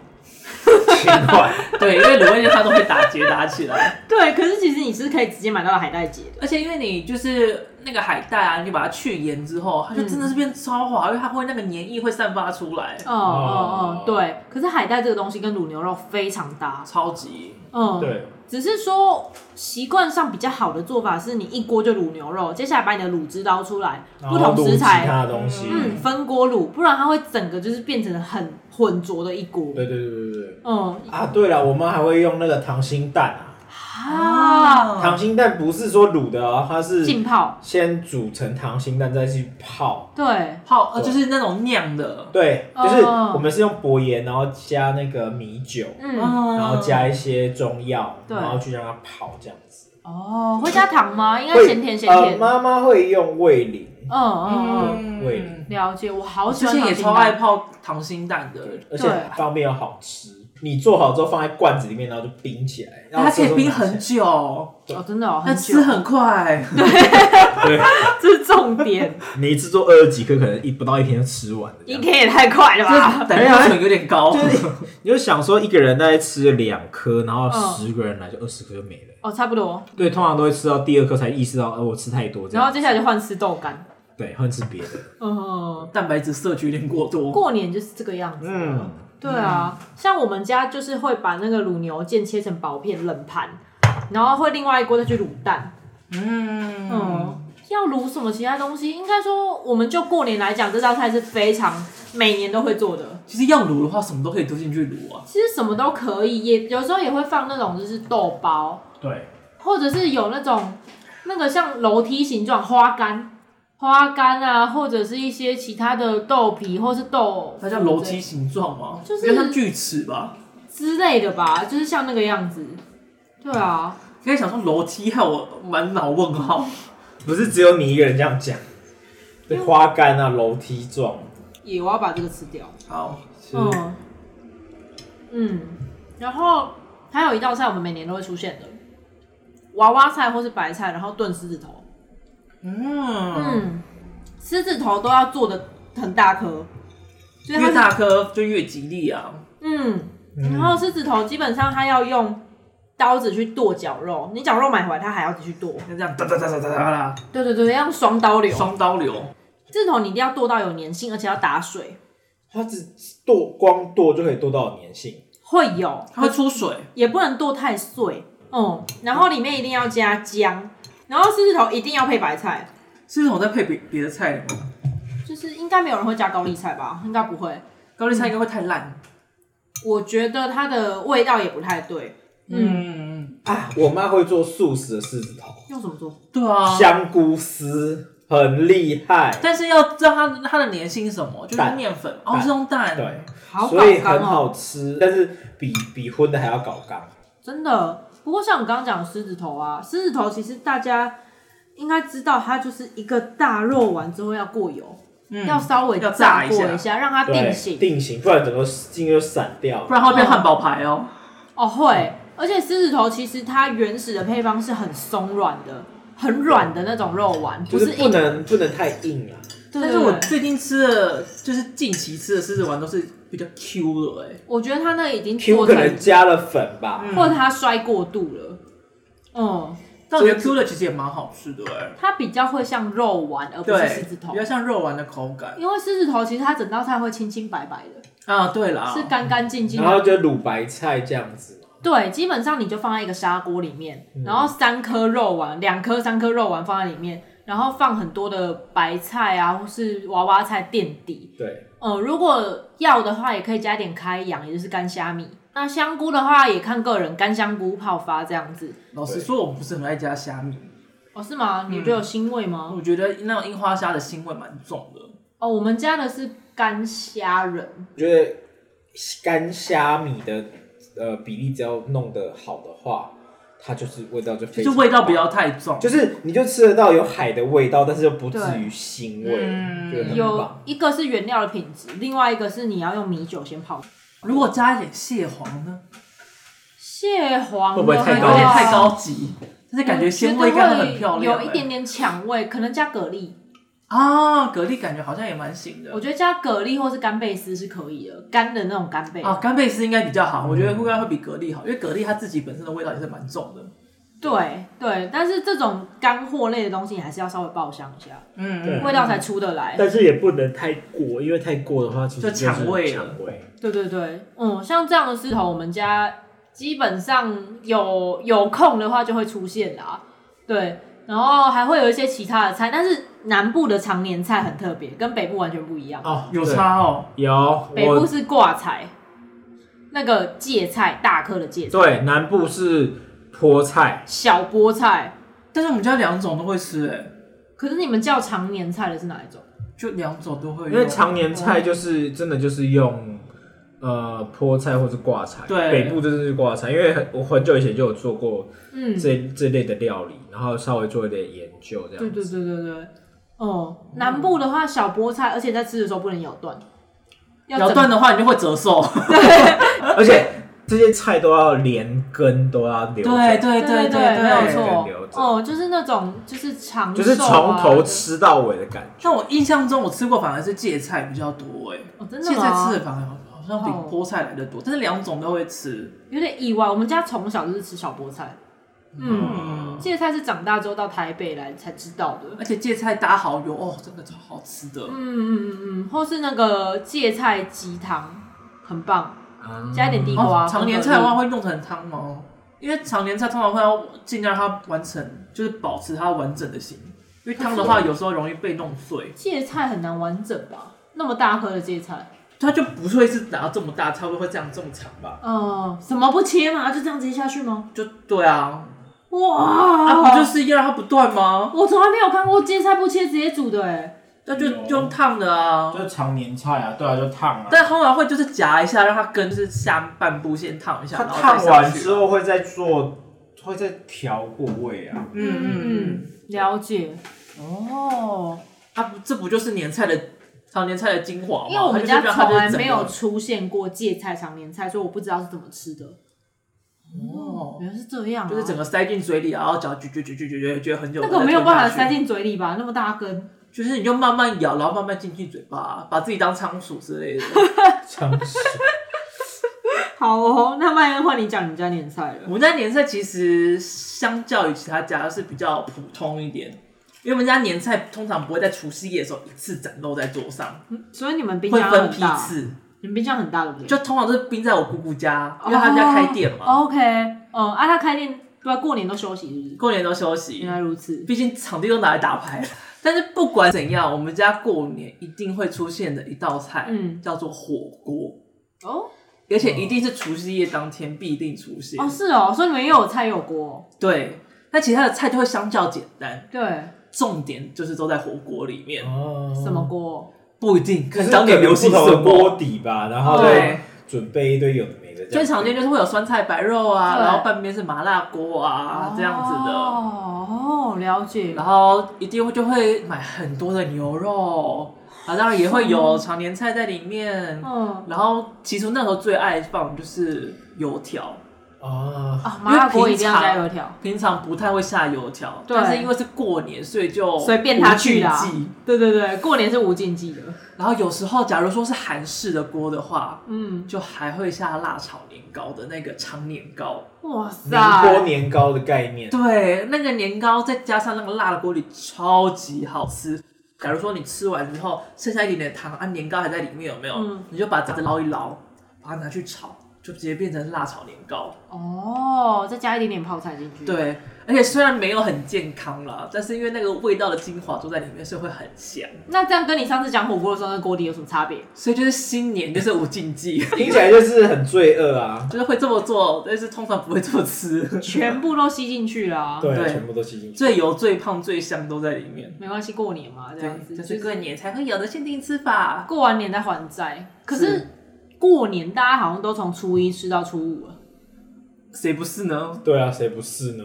Speaker 2: 切 块，
Speaker 3: 对，因为卤味店它都会打结打起来，
Speaker 1: 对，可是其实你是可以直接买到海带结的。
Speaker 3: 而且因为你就是那个海带啊，你把它去盐之后，它就真的是变超滑，因为它会那个黏液会散发出来，
Speaker 1: 哦哦哦，对。可是海带这个东西跟卤牛肉非常搭。
Speaker 3: 超级
Speaker 1: 嗯，。
Speaker 2: 对，
Speaker 1: 只是说习惯上比较好的做法是你一锅就卤牛肉，接下来把你的卤汁捞出来，
Speaker 2: 然
Speaker 1: 不
Speaker 2: 后
Speaker 1: 同
Speaker 2: 卤
Speaker 1: 食材
Speaker 2: 其他的东西，
Speaker 1: 嗯，分锅卤，不然它会整个就是变成很混浊的一锅。
Speaker 2: 对对对对对。
Speaker 1: 嗯
Speaker 2: 啊，对了，我妈还会用那个溏心蛋啊，
Speaker 1: 啊，
Speaker 3: 嗯
Speaker 2: 溏心蛋不是说卤的哦，它
Speaker 1: 浸
Speaker 2: 是
Speaker 1: 泡，哦
Speaker 2: 先煮成溏心蛋再去泡。
Speaker 1: 对，
Speaker 3: 泡，呃，
Speaker 2: 对
Speaker 3: 就是那种酿的，
Speaker 2: 对，就是
Speaker 1: 哦
Speaker 2: 我们是用薄盐，然后加那个米酒，
Speaker 1: 嗯，
Speaker 3: 嗯
Speaker 2: 然后加一些中药，
Speaker 1: 对
Speaker 2: 然后去让它泡这样子。
Speaker 1: 哦，会加糖吗？应该
Speaker 2: 会
Speaker 1: 咸甜咸
Speaker 2: 呃，
Speaker 1: 甜。嗯
Speaker 2: 妈妈会用味淋，
Speaker 1: 嗯嗯，
Speaker 2: 味
Speaker 3: 嗯
Speaker 2: 淋，
Speaker 1: 了解，我好
Speaker 3: 我
Speaker 1: 喜
Speaker 3: 之
Speaker 1: 欢啊
Speaker 3: 前
Speaker 1: 溏
Speaker 3: 也
Speaker 1: 心
Speaker 3: 超爱
Speaker 1: 蛋。
Speaker 3: 泡溏心蛋的，
Speaker 2: 而且
Speaker 1: 对
Speaker 2: 很方便又好吃。你做好之后放在罐子里面，然后就冰起来，然后
Speaker 3: 它可以冰很
Speaker 2: 久。
Speaker 3: 久，
Speaker 1: 哦，真的哦，
Speaker 3: 但
Speaker 1: 很久
Speaker 3: 吃，很快，
Speaker 2: 对，
Speaker 1: 这是重点。
Speaker 2: 你一次做二十几颗，可能一不到一天就吃完了这
Speaker 1: 一
Speaker 2: 样。
Speaker 1: 天也太快了
Speaker 3: 这
Speaker 1: 吧？
Speaker 3: 胆固醇有点高，
Speaker 2: 就是哦 你就想说一个人大概吃了两颗，然后
Speaker 1: 嗯
Speaker 2: 十个人来就二十颗就没了。
Speaker 1: 哦，差不多。
Speaker 2: 对，通常都会吃到第二颗才意识到，呃，我吃太多这
Speaker 1: 然后
Speaker 2: 样。
Speaker 1: 接下来就换吃豆干。
Speaker 2: 对，恨吃别的。
Speaker 1: 嗯，
Speaker 3: 蛋白质摄取有点过多，
Speaker 1: 过年就是这个样子。
Speaker 2: 嗯，
Speaker 1: 对啊，像我们家就是会把那个卤牛腱切成薄片冷盘，然后会另外一锅再去卤蛋。
Speaker 3: 嗯。
Speaker 1: 嗯，要卤什么其他东西？应该说，我们就过年来讲，这道菜是非常每年都会做的。
Speaker 3: 其实要卤的话，什么都可以丢进去卤啊。
Speaker 1: 其实什么都可以，也有时候也会放那种就是豆包，
Speaker 2: 对，
Speaker 1: 或者是有那种那个像楼梯形状花干、花干啊，或者是一些其他的豆皮或是豆，
Speaker 3: 它叫楼梯形状吗？
Speaker 1: 就是
Speaker 3: 比较像锯齿吧。
Speaker 1: 之类的吧，就是像那个样子。对啊，
Speaker 3: 刚才想说楼梯，害我满脑问号。
Speaker 2: 不是只有你一个人这样讲。对，花干啊，楼梯状，
Speaker 1: 也我要把这个吃掉。
Speaker 3: 好，
Speaker 1: 嗯，嗯，然后还有一道菜我们每年都会出现的，娃娃菜或是白菜，然后炖狮子头。
Speaker 3: 嗯，
Speaker 1: 嗯，狮子头都要做的很大颗，就是它
Speaker 3: 越
Speaker 1: 是
Speaker 3: 大颗就越吉利啊。
Speaker 1: 嗯，然后狮子头基本上它要用刀子去剁绞肉，你绞肉买回来，它还要继续剁。
Speaker 3: 像这样哒哒哒哒哒哒哒，
Speaker 1: 对对对，要用双刀流，
Speaker 3: 双刀流，
Speaker 1: 这头你一定要剁到有粘性，而且要打水，
Speaker 2: 它只剁光剁就可以剁到粘性，
Speaker 1: 会有，
Speaker 3: 它会出水，
Speaker 1: 也不能剁太碎。嗯，然后里面一定要加姜，然后狮子头一定要配白菜，
Speaker 3: 是我在配别别的菜了吗？
Speaker 1: 就是应该没有人会加高丽菜吧？应该不会。
Speaker 3: 高丽菜应该会太烂。
Speaker 1: 我觉得它的味道也不太对。嗯，
Speaker 3: 嗯，
Speaker 2: 啊，哦我妈会做素食的狮子头，
Speaker 1: 用什么做？
Speaker 3: 对啊。
Speaker 2: 香菇丝很厉害，
Speaker 3: 但是要知道它它的粘性是什么，就是
Speaker 2: 蛋
Speaker 3: 面粉，
Speaker 2: 蛋
Speaker 3: 哦，是用蛋，
Speaker 2: 对，
Speaker 1: 好搞
Speaker 2: 所以
Speaker 1: 刚
Speaker 2: 很
Speaker 1: 哦，
Speaker 2: 好吃，但是比比荤的还要搞刚。
Speaker 1: 真的。不过像我刚刚讲的狮子头啊，狮子头其实大家应该知道，它就是一个大肉完之后要过油，
Speaker 3: 嗯，
Speaker 1: 要稍微
Speaker 3: 要炸
Speaker 1: 炸
Speaker 3: 一
Speaker 1: 过
Speaker 3: 下
Speaker 1: 一下，让它定
Speaker 2: 对，
Speaker 1: 型。
Speaker 2: 定型，不然整个筋就散掉了。
Speaker 3: 不然它会变汉堡排哦。
Speaker 1: 哦，会，而且狮子头其实它原始的配方是很松软的，很软的那种肉丸，不
Speaker 2: 就是
Speaker 1: 是
Speaker 2: 不
Speaker 1: 硬。
Speaker 2: 能不能太硬啊！
Speaker 1: 对
Speaker 3: 但是我
Speaker 1: 对对
Speaker 3: 最近吃的，就是近期吃的狮子丸都是比较 Q 的，哎，
Speaker 1: 我觉得它那已经
Speaker 2: Q
Speaker 1: 做
Speaker 2: 可
Speaker 1: 成，
Speaker 2: 能加了粉吧，
Speaker 3: 嗯
Speaker 1: 或者它摔过度了。嗯，
Speaker 3: 但我觉得 Q 的其实也蛮好吃的，哎，
Speaker 1: 它比较会像肉丸，而不是狮
Speaker 3: 对
Speaker 1: 子，头
Speaker 3: 比。较像肉丸的口感。
Speaker 1: 因为狮子头其实它整道菜会清清白白的，
Speaker 3: 啊，对啦，
Speaker 1: 是干干净净
Speaker 2: 然后
Speaker 1: 的。
Speaker 2: 就卤白菜这样子嘛。
Speaker 1: 对，基本上你就放在一个砂锅里面，然后三颗肉丸，两颗、三颗肉丸放在里面，然后放很多的白菜啊，或是娃娃菜垫底，
Speaker 2: 对，
Speaker 1: 呃，如果要的话，也可以加点开洋，也就是干虾米。那香菇的话，也看个人，干香菇泡发这样子。
Speaker 3: 老实说，我不是很爱加虾米，
Speaker 1: 哦，是吗？你觉得有腥味吗？
Speaker 3: 我觉得那种樱花虾的腥味蛮重的。
Speaker 1: 哦，我们加的是干虾仁，
Speaker 2: 我觉得干虾米的呃比例只要弄得好的话，它就是味道就非
Speaker 3: 就
Speaker 2: 常
Speaker 3: 味道不要太重，
Speaker 2: 就是你就吃得到有海的味道，但是又不至于腥味，
Speaker 3: 嗯
Speaker 2: 觉得很
Speaker 1: 有
Speaker 2: 棒。
Speaker 1: 一个是原料的品质，另外一个是你要用米酒先泡。
Speaker 3: 如果加一点蟹黄呢，
Speaker 1: 蟹黄
Speaker 2: 会不会
Speaker 1: 的
Speaker 2: 太
Speaker 1: 话
Speaker 2: 高
Speaker 3: 有点太高级，但是感觉鲜味干
Speaker 1: 哦觉
Speaker 3: 的
Speaker 1: 得
Speaker 3: 很漂
Speaker 1: 会
Speaker 3: 亮、
Speaker 1: 有一
Speaker 3: 欸
Speaker 1: 点点抢味，可能加蛤蜊。
Speaker 3: 啊，蛤蜊感觉好像也蛮行的
Speaker 1: 我。觉得加蛤蜊或是干贝丝是可以的，干的那种干贝。
Speaker 3: 啊，干贝丝应该比较好，我觉得
Speaker 2: 嗯
Speaker 3: 应该会比蛤蜊好，因为蛤蜊它自己本身的味道也是蛮重的。
Speaker 1: 对对，但是这种干货类的东西，你还是要稍微爆香一下。
Speaker 3: 嗯，
Speaker 1: 味道才出得来。
Speaker 2: 但是也不能太过，因为太过的话其
Speaker 3: 就抢味了
Speaker 2: 抢味。
Speaker 1: 对对对，嗯，像这样的狮头，我们家基本上有有空的话就会出现啦。对，然后还会有一些其他的菜，但是南部的常年菜很特别，跟北部完全不一样。
Speaker 2: 哦
Speaker 3: 有差哦。
Speaker 2: 对有
Speaker 1: 北部
Speaker 2: 我
Speaker 1: 是挂菜，那个芥菜，大颗的芥菜，
Speaker 2: 对南部是菠菜，
Speaker 1: 小菠菜。
Speaker 3: 但是我们家两种都会吃、哎，
Speaker 1: 可是你们叫常年菜的是哪一种？
Speaker 3: 就两种都会有。
Speaker 2: 因为常年菜就是真的就是用呃菠菜或是挂菜，
Speaker 3: 对
Speaker 2: 北部就是挂菜，因为很我很久以前就有做过
Speaker 1: 嗯，
Speaker 2: 这、这类的料理，然后稍微做一点研究这样。
Speaker 1: 对对对对对。哦、南部的话，小菠菜，而且在吃的时候不能咬断，要
Speaker 3: 咬
Speaker 1: 整
Speaker 3: 断的话，你就会折寿。
Speaker 2: 而且这些菜都要连根都要留着，
Speaker 3: 对对
Speaker 1: 对
Speaker 3: 对
Speaker 1: 对，没有
Speaker 3: 对。
Speaker 1: 错
Speaker 2: 对留。着
Speaker 1: 哦，就是那种就是长寿啊
Speaker 2: 就是从头，吃到尾的感觉。
Speaker 3: 但我印象中，我吃过反而是芥菜比较多、哎。
Speaker 1: 哦真的
Speaker 3: 现在
Speaker 1: 吗哦
Speaker 3: 吃的反而好像比菠菜来的多，但是两种都会吃。
Speaker 1: 有点意外。我们家从小就是吃小菠菜，嗯，
Speaker 3: 嗯，
Speaker 1: 芥菜是长大之后到台北来才知道的。
Speaker 3: 而且芥菜搭蚝油哦，真的超好吃的。
Speaker 1: 嗯嗯嗯嗯，或是那个芥菜鸡汤，很棒，
Speaker 2: 啊
Speaker 1: 加一点地瓜。
Speaker 3: 哦，常年菜的话会弄成汤吗？因为常年菜通常会要尽量让它完成，就是保持它完整的形。因为汤的话，有时候容易被弄碎，
Speaker 1: 芥菜很难完整吧？那么大颗的芥菜，
Speaker 3: 它就不会是拿这么大，差不多会这样这么长吧？
Speaker 1: 嗯，什么不切吗？就这样直接下去吗？
Speaker 3: 就对啊，啊
Speaker 1: 哇，
Speaker 3: 不就是要让它不断吗？
Speaker 1: 我从来没有看过芥菜不切直接煮的哎。
Speaker 3: 那就
Speaker 2: 有
Speaker 3: 用烫的啊。
Speaker 2: 就是常年菜啊，对啊，就烫啊。
Speaker 3: 但通常会就是夹一下，让它跟就是下半部先烫一下，
Speaker 2: 它
Speaker 3: 然后再
Speaker 2: 烫
Speaker 3: 下
Speaker 2: 完
Speaker 3: 去
Speaker 2: 之，后会再做，会再调过味啊。
Speaker 3: 嗯嗯嗯，
Speaker 1: 了解。哦，
Speaker 3: 它不啊这不就是年菜的常年菜的精华吗？
Speaker 1: 因为我们
Speaker 3: 它
Speaker 1: 家
Speaker 3: 就是让它
Speaker 1: 从来
Speaker 3: 就是整个
Speaker 1: 没有出现过芥菜常年菜，所以我不知道是怎么吃的。
Speaker 3: 哦，
Speaker 1: 原来是这样、啊，
Speaker 3: 就是整个塞进嘴里，然后嚼嚼嚼嚼嚼嚼嚼嚼很久，
Speaker 1: 那个没有办法塞
Speaker 3: 进，
Speaker 1: 进嘴里吧？那么大根，
Speaker 3: 就是你就慢慢咬，然后 慢慢进去嘴巴，把自己当仓鼠之类的。
Speaker 2: 这样子
Speaker 1: 好哦，那麦恩换你讲你家年菜了
Speaker 3: 我。们家年菜其实相较于其他家是比较普通一点，因为我们家年菜通常不会在除夕夜的时候一次展露在桌上，
Speaker 1: 所以你们冰
Speaker 3: 会
Speaker 1: 箱
Speaker 3: 分
Speaker 1: 很
Speaker 3: 批
Speaker 1: 大，
Speaker 3: 次，
Speaker 1: 你们冰箱很大对不对？
Speaker 3: 就通常都是冰在我姑姑家，因为她家开店嘛，
Speaker 1: 哦 OK，嗯，啊，他开店对吧？过年都休息是不是？
Speaker 3: 过年都休息
Speaker 1: 原，来如此。
Speaker 3: 毕竟场地都拿来打牌。但是不管怎样，我们家过年一定会出现的一道菜，
Speaker 1: 嗯
Speaker 3: 叫做火锅，
Speaker 1: 哦
Speaker 2: 嗯
Speaker 3: 而且一定是除夕夜当天必定出现。
Speaker 1: 哦，是哦，所以你们也有菜也有锅。
Speaker 3: 对，那其他的菜就会相较简单，
Speaker 1: 对，
Speaker 3: 重点就是都在火锅里面，
Speaker 2: 哦
Speaker 1: 什么锅？
Speaker 3: 不一定，
Speaker 2: 就
Speaker 3: 看
Speaker 2: 是
Speaker 3: 当年流行
Speaker 2: 可能不
Speaker 3: 什
Speaker 2: 同的锅
Speaker 3: 么。啊
Speaker 2: 底吧，然后
Speaker 3: 对
Speaker 2: 准备一堆有的没的这样。
Speaker 3: 最常见就是会有酸菜白肉啊，
Speaker 1: 对
Speaker 3: 然后半边是麻辣锅啊这样子的，
Speaker 1: 哦，哦了解。
Speaker 3: 然后一定会就会买很多的牛肉，啊，当然也会
Speaker 2: 哦
Speaker 3: 有常年菜在里面。
Speaker 1: 嗯
Speaker 3: 然后其实那时候最爱放就是油条，
Speaker 2: 啊，
Speaker 1: 啊，麻辣锅一定要加
Speaker 3: 因
Speaker 1: 油
Speaker 3: 为
Speaker 1: 条。
Speaker 3: 平常不太会下油条，
Speaker 1: 对
Speaker 3: 但是因为是过年，所以就
Speaker 1: 随便他去啊啦
Speaker 3: 无禁忌
Speaker 1: 对对对，过年是无禁忌的。
Speaker 3: 然后有时候假如说是韩式的锅的话，
Speaker 1: 嗯，
Speaker 3: 就还会下辣炒年糕的那个长年糕，
Speaker 1: 哇
Speaker 2: 粘锅
Speaker 1: 塞，
Speaker 2: 年糕的概念，
Speaker 3: 对，那个年糕再加上那个辣的锅底，超级好吃。假如说你吃完之后剩下一点点糖，啊，年糕还在里面有没有？
Speaker 1: 嗯
Speaker 3: 你就把杂质捞一捞，把它拿去炒，就直接变成辣炒年糕。
Speaker 1: 哦，再加一点点泡菜进去。，
Speaker 3: 对，而且虽然没有很健康啦，但是因为那个味道的精华都在里面，所以会很香。
Speaker 1: 那这样跟你上次讲火锅的时候那锅底有什么差别？
Speaker 3: 所以就是新年就是无禁忌，
Speaker 2: 听起来就是很罪恶啊。
Speaker 3: 就是会这么做，但是通常不会这么吃。
Speaker 1: 全部都吸进去了啊。
Speaker 2: 对啊，
Speaker 3: 对
Speaker 2: 全部都吸进去。
Speaker 3: 最油、最胖、最香都在里面。
Speaker 1: 没关系，过年嘛，这样子
Speaker 3: 对，就是过年才会有的限定吃法。
Speaker 1: 过完年再还债。可是
Speaker 3: 是
Speaker 1: 过年大家好像都从初一吃到初五了。
Speaker 3: 谁不是呢？
Speaker 2: 对啊，谁不是呢？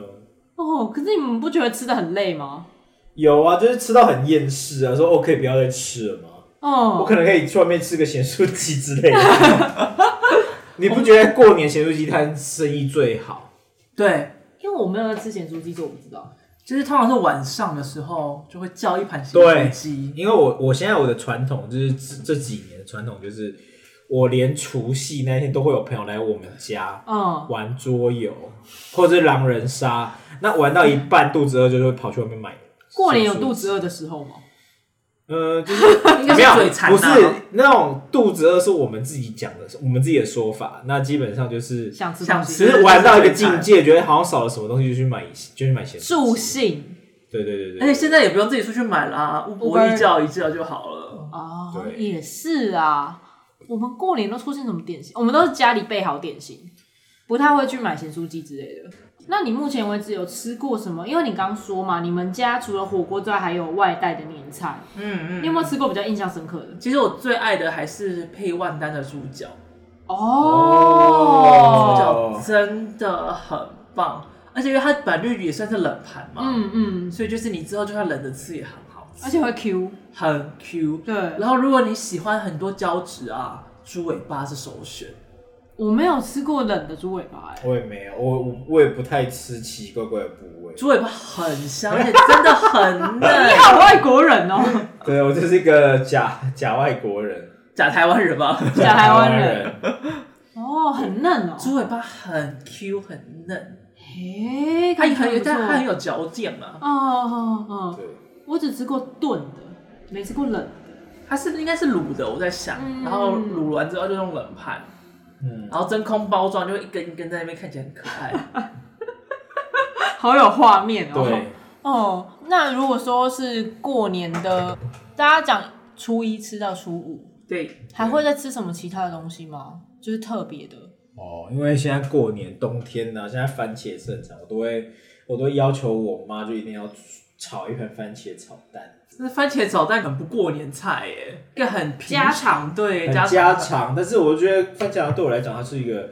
Speaker 1: 哦，可是你们不觉得吃的很累吗？
Speaker 2: 有啊，就是吃到很厌世啊，说 OK 不要再吃了吗？我
Speaker 1: 哦，
Speaker 2: 可能可以去外面吃个咸酥鸡之类的。 你不觉得过年咸酥鸡摊生意最好？
Speaker 3: 对，
Speaker 1: 因为我没有在吃咸酥鸡，所以我不知道。
Speaker 3: 就是通常是晚上的时候就会叫一盘咸酥鸡。
Speaker 2: 因为我我现在我的传统就是这这几年的传统就是，我连除夕那天都会有朋友来我们家
Speaker 1: 嗯，
Speaker 2: 玩桌游或者是狼人杀，那玩到一半肚子饿就会跑去外面买。
Speaker 1: 过年有肚子饿的时候吗？
Speaker 2: 呃，就是
Speaker 3: 应该
Speaker 2: 没
Speaker 3: 是嘴
Speaker 2: 有，
Speaker 3: 馋
Speaker 2: 不
Speaker 3: 啊
Speaker 2: 是那种肚子饿是我们自己讲的，是我们自己的说法。那基本上就是
Speaker 1: 想吃
Speaker 3: 想
Speaker 1: 东
Speaker 2: 只
Speaker 1: 西
Speaker 3: 吃，
Speaker 2: 是玩到一个境界，觉得好像少了什么东西，就去买，就去买咸
Speaker 1: 助
Speaker 2: 酥鸡。
Speaker 1: 兴
Speaker 2: 对对对对，
Speaker 3: 而且现在也不用自己出去买啦，乌波
Speaker 1: Uber
Speaker 3: 一叫一叫就好了。
Speaker 1: 啊，
Speaker 2: 对
Speaker 1: 也是啊。我们过年都出现什么点心？我们都是家里备好点心，不太会去买咸酥鸡之类的。那你目前为止有吃过什么？因为你刚说嘛，你们家除了火锅之外，还有外带的年菜。
Speaker 3: 嗯
Speaker 1: 你有没有吃过比较印象深刻的？
Speaker 3: 其实我最爱的还是配万丹的猪脚，猪
Speaker 1: 哦，
Speaker 3: 脚真的很棒，而且因为它本来就也算是冷盘嘛，
Speaker 1: 嗯嗯，
Speaker 3: 所以就是你之后就算冷着吃也很好吃，
Speaker 1: 而且会 Q，
Speaker 3: 很 Q。
Speaker 1: 对，
Speaker 3: 然后如果你喜欢很多胶质啊，猪尾巴是首选。
Speaker 1: 我没有吃过冷的猪尾巴、欸，
Speaker 2: 我也没有，我我我也不太吃奇奇怪怪的部位。
Speaker 3: 猪尾巴很香，而且真的很嫩
Speaker 1: 你。好外国人哦、
Speaker 2: 对我就是一个假假外国人，
Speaker 3: 假台湾人吧？
Speaker 1: 假台湾人，哦，很嫩哦、
Speaker 3: 猪尾巴很 Q 很嫩，
Speaker 1: 诶，
Speaker 3: 它
Speaker 1: 感觉
Speaker 3: 很有，
Speaker 1: 不
Speaker 3: 但
Speaker 1: 错
Speaker 3: 它很有嚼劲啊。
Speaker 1: 哦哦哦，
Speaker 2: 对，
Speaker 1: 我只吃过炖的，没吃过冷的。
Speaker 3: 它是应该是卤的，我在想，
Speaker 1: 嗯
Speaker 3: 然后卤完之后就用冷盘，
Speaker 2: 嗯，
Speaker 3: 然后真空包装，就一根一根在那边看起来很可爱。
Speaker 1: 好有画面哦。
Speaker 2: 对。
Speaker 1: 哦，那如果说是过年的，大家讲初一吃到初五，
Speaker 3: 对，
Speaker 1: 还会再吃什么其他的东西吗？就是特别的。
Speaker 2: 哦，因为现在过年冬天呢、现在番茄是很常，我都会我都会要求我妈就一定要炒一盆番茄炒蛋，
Speaker 3: 这番茄炒蛋很不过年菜耶，一个很平
Speaker 1: 家常
Speaker 3: 对
Speaker 2: 很
Speaker 3: 家
Speaker 2: 家
Speaker 3: 常
Speaker 2: 常。但是我觉得番茄炒蛋对我来讲，它是一个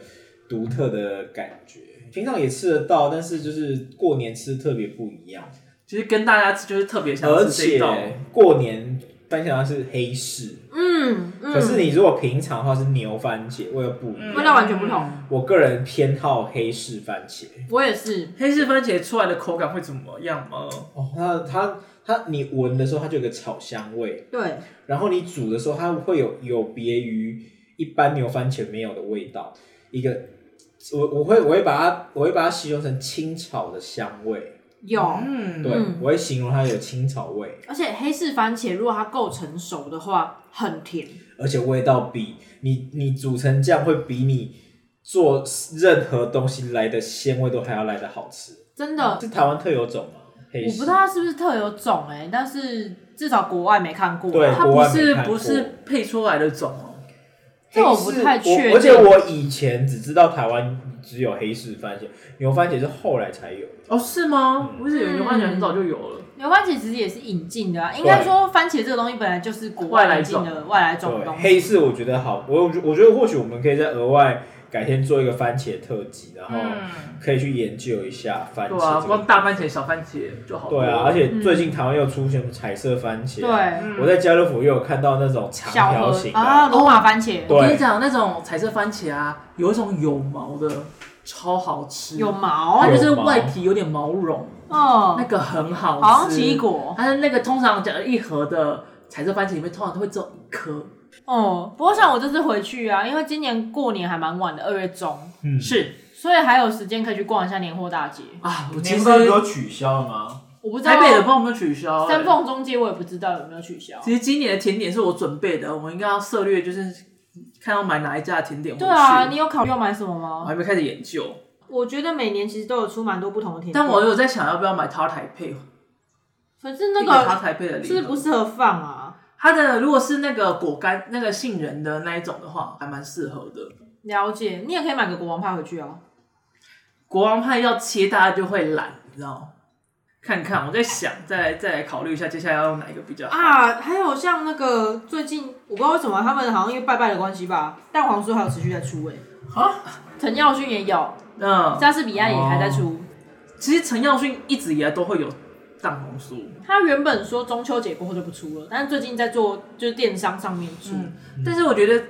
Speaker 2: 独特的感觉。平常也吃得到，但是就是过年吃特别不一样，
Speaker 3: 就是跟大家吃就是特别想
Speaker 2: 而
Speaker 3: 吃这
Speaker 2: 且
Speaker 3: 一道。
Speaker 2: 过年番茄炒蛋是黑市，
Speaker 1: 嗯嗯
Speaker 2: 可是你如果平常的话是牛番茄，味道不一样。
Speaker 1: 味道完全不同
Speaker 3: 嗯
Speaker 2: 我个人偏好黑市番茄。
Speaker 1: 我也是，
Speaker 3: 黑市番茄出来的口感会怎么样吗？
Speaker 2: 哦，它它它，你闻的时候它就有个草香味，
Speaker 1: 对，
Speaker 2: 然后你煮的时候它会有有别于一般牛番茄没有的味道。一个，我我会我会把它我会把它形容成青草的香味，
Speaker 1: 有，
Speaker 3: 嗯，
Speaker 2: 对、
Speaker 1: 嗯
Speaker 2: 我会形容它有青草味，
Speaker 1: 而且黑柿番茄如果它够成熟的话，很甜。
Speaker 2: 而且味道比你你煮成酱会比你做任何东西来的鲜味都还要来的好吃，
Speaker 1: 真的，
Speaker 2: 是台湾特有种吗？黑
Speaker 1: 我不知
Speaker 2: 柿
Speaker 1: 道它是不是特有种哎、但是至少国外没看过。啊
Speaker 2: 对
Speaker 3: 它
Speaker 2: 国
Speaker 3: 不
Speaker 2: 外没
Speaker 3: 是
Speaker 2: 看过
Speaker 3: 不是配出来的种哦，
Speaker 1: 这我不太确定
Speaker 2: 我而且我以前只知道台湾只有黑柿番茄，牛番茄是后来才有。
Speaker 3: 哦是吗？我一直以为牛番茄
Speaker 1: 嗯
Speaker 3: 很早就有了，
Speaker 1: 牛番茄其实也是引进的、啊，应该说番茄这个东西本来就是国外引进的外来种的
Speaker 2: 对，
Speaker 1: 东西。
Speaker 2: 黑柿我觉得好，我我觉得或许我们可以再额外改天做一个番茄特辑，然后
Speaker 3: 嗯，
Speaker 2: 可以去研究一下番
Speaker 3: 对
Speaker 2: 哦
Speaker 3: 啊，
Speaker 2: 茄、这
Speaker 3: 光
Speaker 2: 个。
Speaker 3: 大番茄、小番茄就好多
Speaker 2: 对啊，
Speaker 3: 了。
Speaker 2: 而且最近台湾又出现彩色番
Speaker 1: 嗯
Speaker 2: 茄。
Speaker 1: 对，，
Speaker 3: 嗯
Speaker 2: 我在家乐福也有看到那种长
Speaker 1: 小
Speaker 2: 条
Speaker 1: 盒
Speaker 2: 形
Speaker 1: 啊，
Speaker 2: 的，
Speaker 1: 罗马番茄
Speaker 2: 对
Speaker 3: 我跟你讲，那种彩色番茄啊，有一种有毛的，超好吃，
Speaker 1: 有毛
Speaker 3: 它
Speaker 2: 有，
Speaker 3: 就是
Speaker 2: 毛
Speaker 3: 外皮有点毛茸，那
Speaker 1: 嗯，
Speaker 3: 个很好吃。
Speaker 1: 好像奇异果
Speaker 3: 但是那个通常讲一盒的彩色番茄里面，通常都会只有一颗，
Speaker 1: 哦。不过像我这次回去啊，因为今年过年还蛮晚的，二月中，
Speaker 2: 嗯，
Speaker 3: 是
Speaker 1: 所以还有时间可以去逛一下年货大街。
Speaker 3: 啊，我其
Speaker 2: 年
Speaker 3: 实
Speaker 2: 份都取消了吗？
Speaker 1: 我不知道
Speaker 3: 台北的不知道有没有取消、欸
Speaker 1: 三凤中街，我也不知道有没有取消。
Speaker 3: 其实今年的甜点是我准备的，我应该要涉略，就是看要买哪一家的甜点回
Speaker 1: 对
Speaker 3: 去。
Speaker 1: 啊，你有考虑要买什么
Speaker 3: 我
Speaker 1: 吗？
Speaker 3: 还没开始研究，
Speaker 1: 我觉得每年其实都有出蛮多不同的甜点，
Speaker 3: 但我有在想要不要买桃台配，
Speaker 1: 可是那
Speaker 3: 桃
Speaker 1: 个
Speaker 3: 台配的礼盒
Speaker 1: 是不适合放啊。
Speaker 3: 它的如果是那个果干、那个杏仁的那一种的话，还蛮适合的。
Speaker 1: 了解，你也可以买个国王派回去哦。
Speaker 3: 国王派要切，大家就会懒，你知道吗？看看，我在想，再来再来考虑一下，接下来要用哪一个比较好。
Speaker 1: 啊，还有像那个最近我不知道为什么他们好像因为拜拜的关系吧，蛋黄酥还有持续在出哎、陈耀勋也有，
Speaker 3: 嗯，
Speaker 1: 莎士比亚也还在出。
Speaker 3: 其实陈耀勋一直以来都会有蛋黄酥，
Speaker 1: 他原本说中秋节过后就不出了，但是最近在做就是电商上面出。
Speaker 3: 嗯，但是我觉得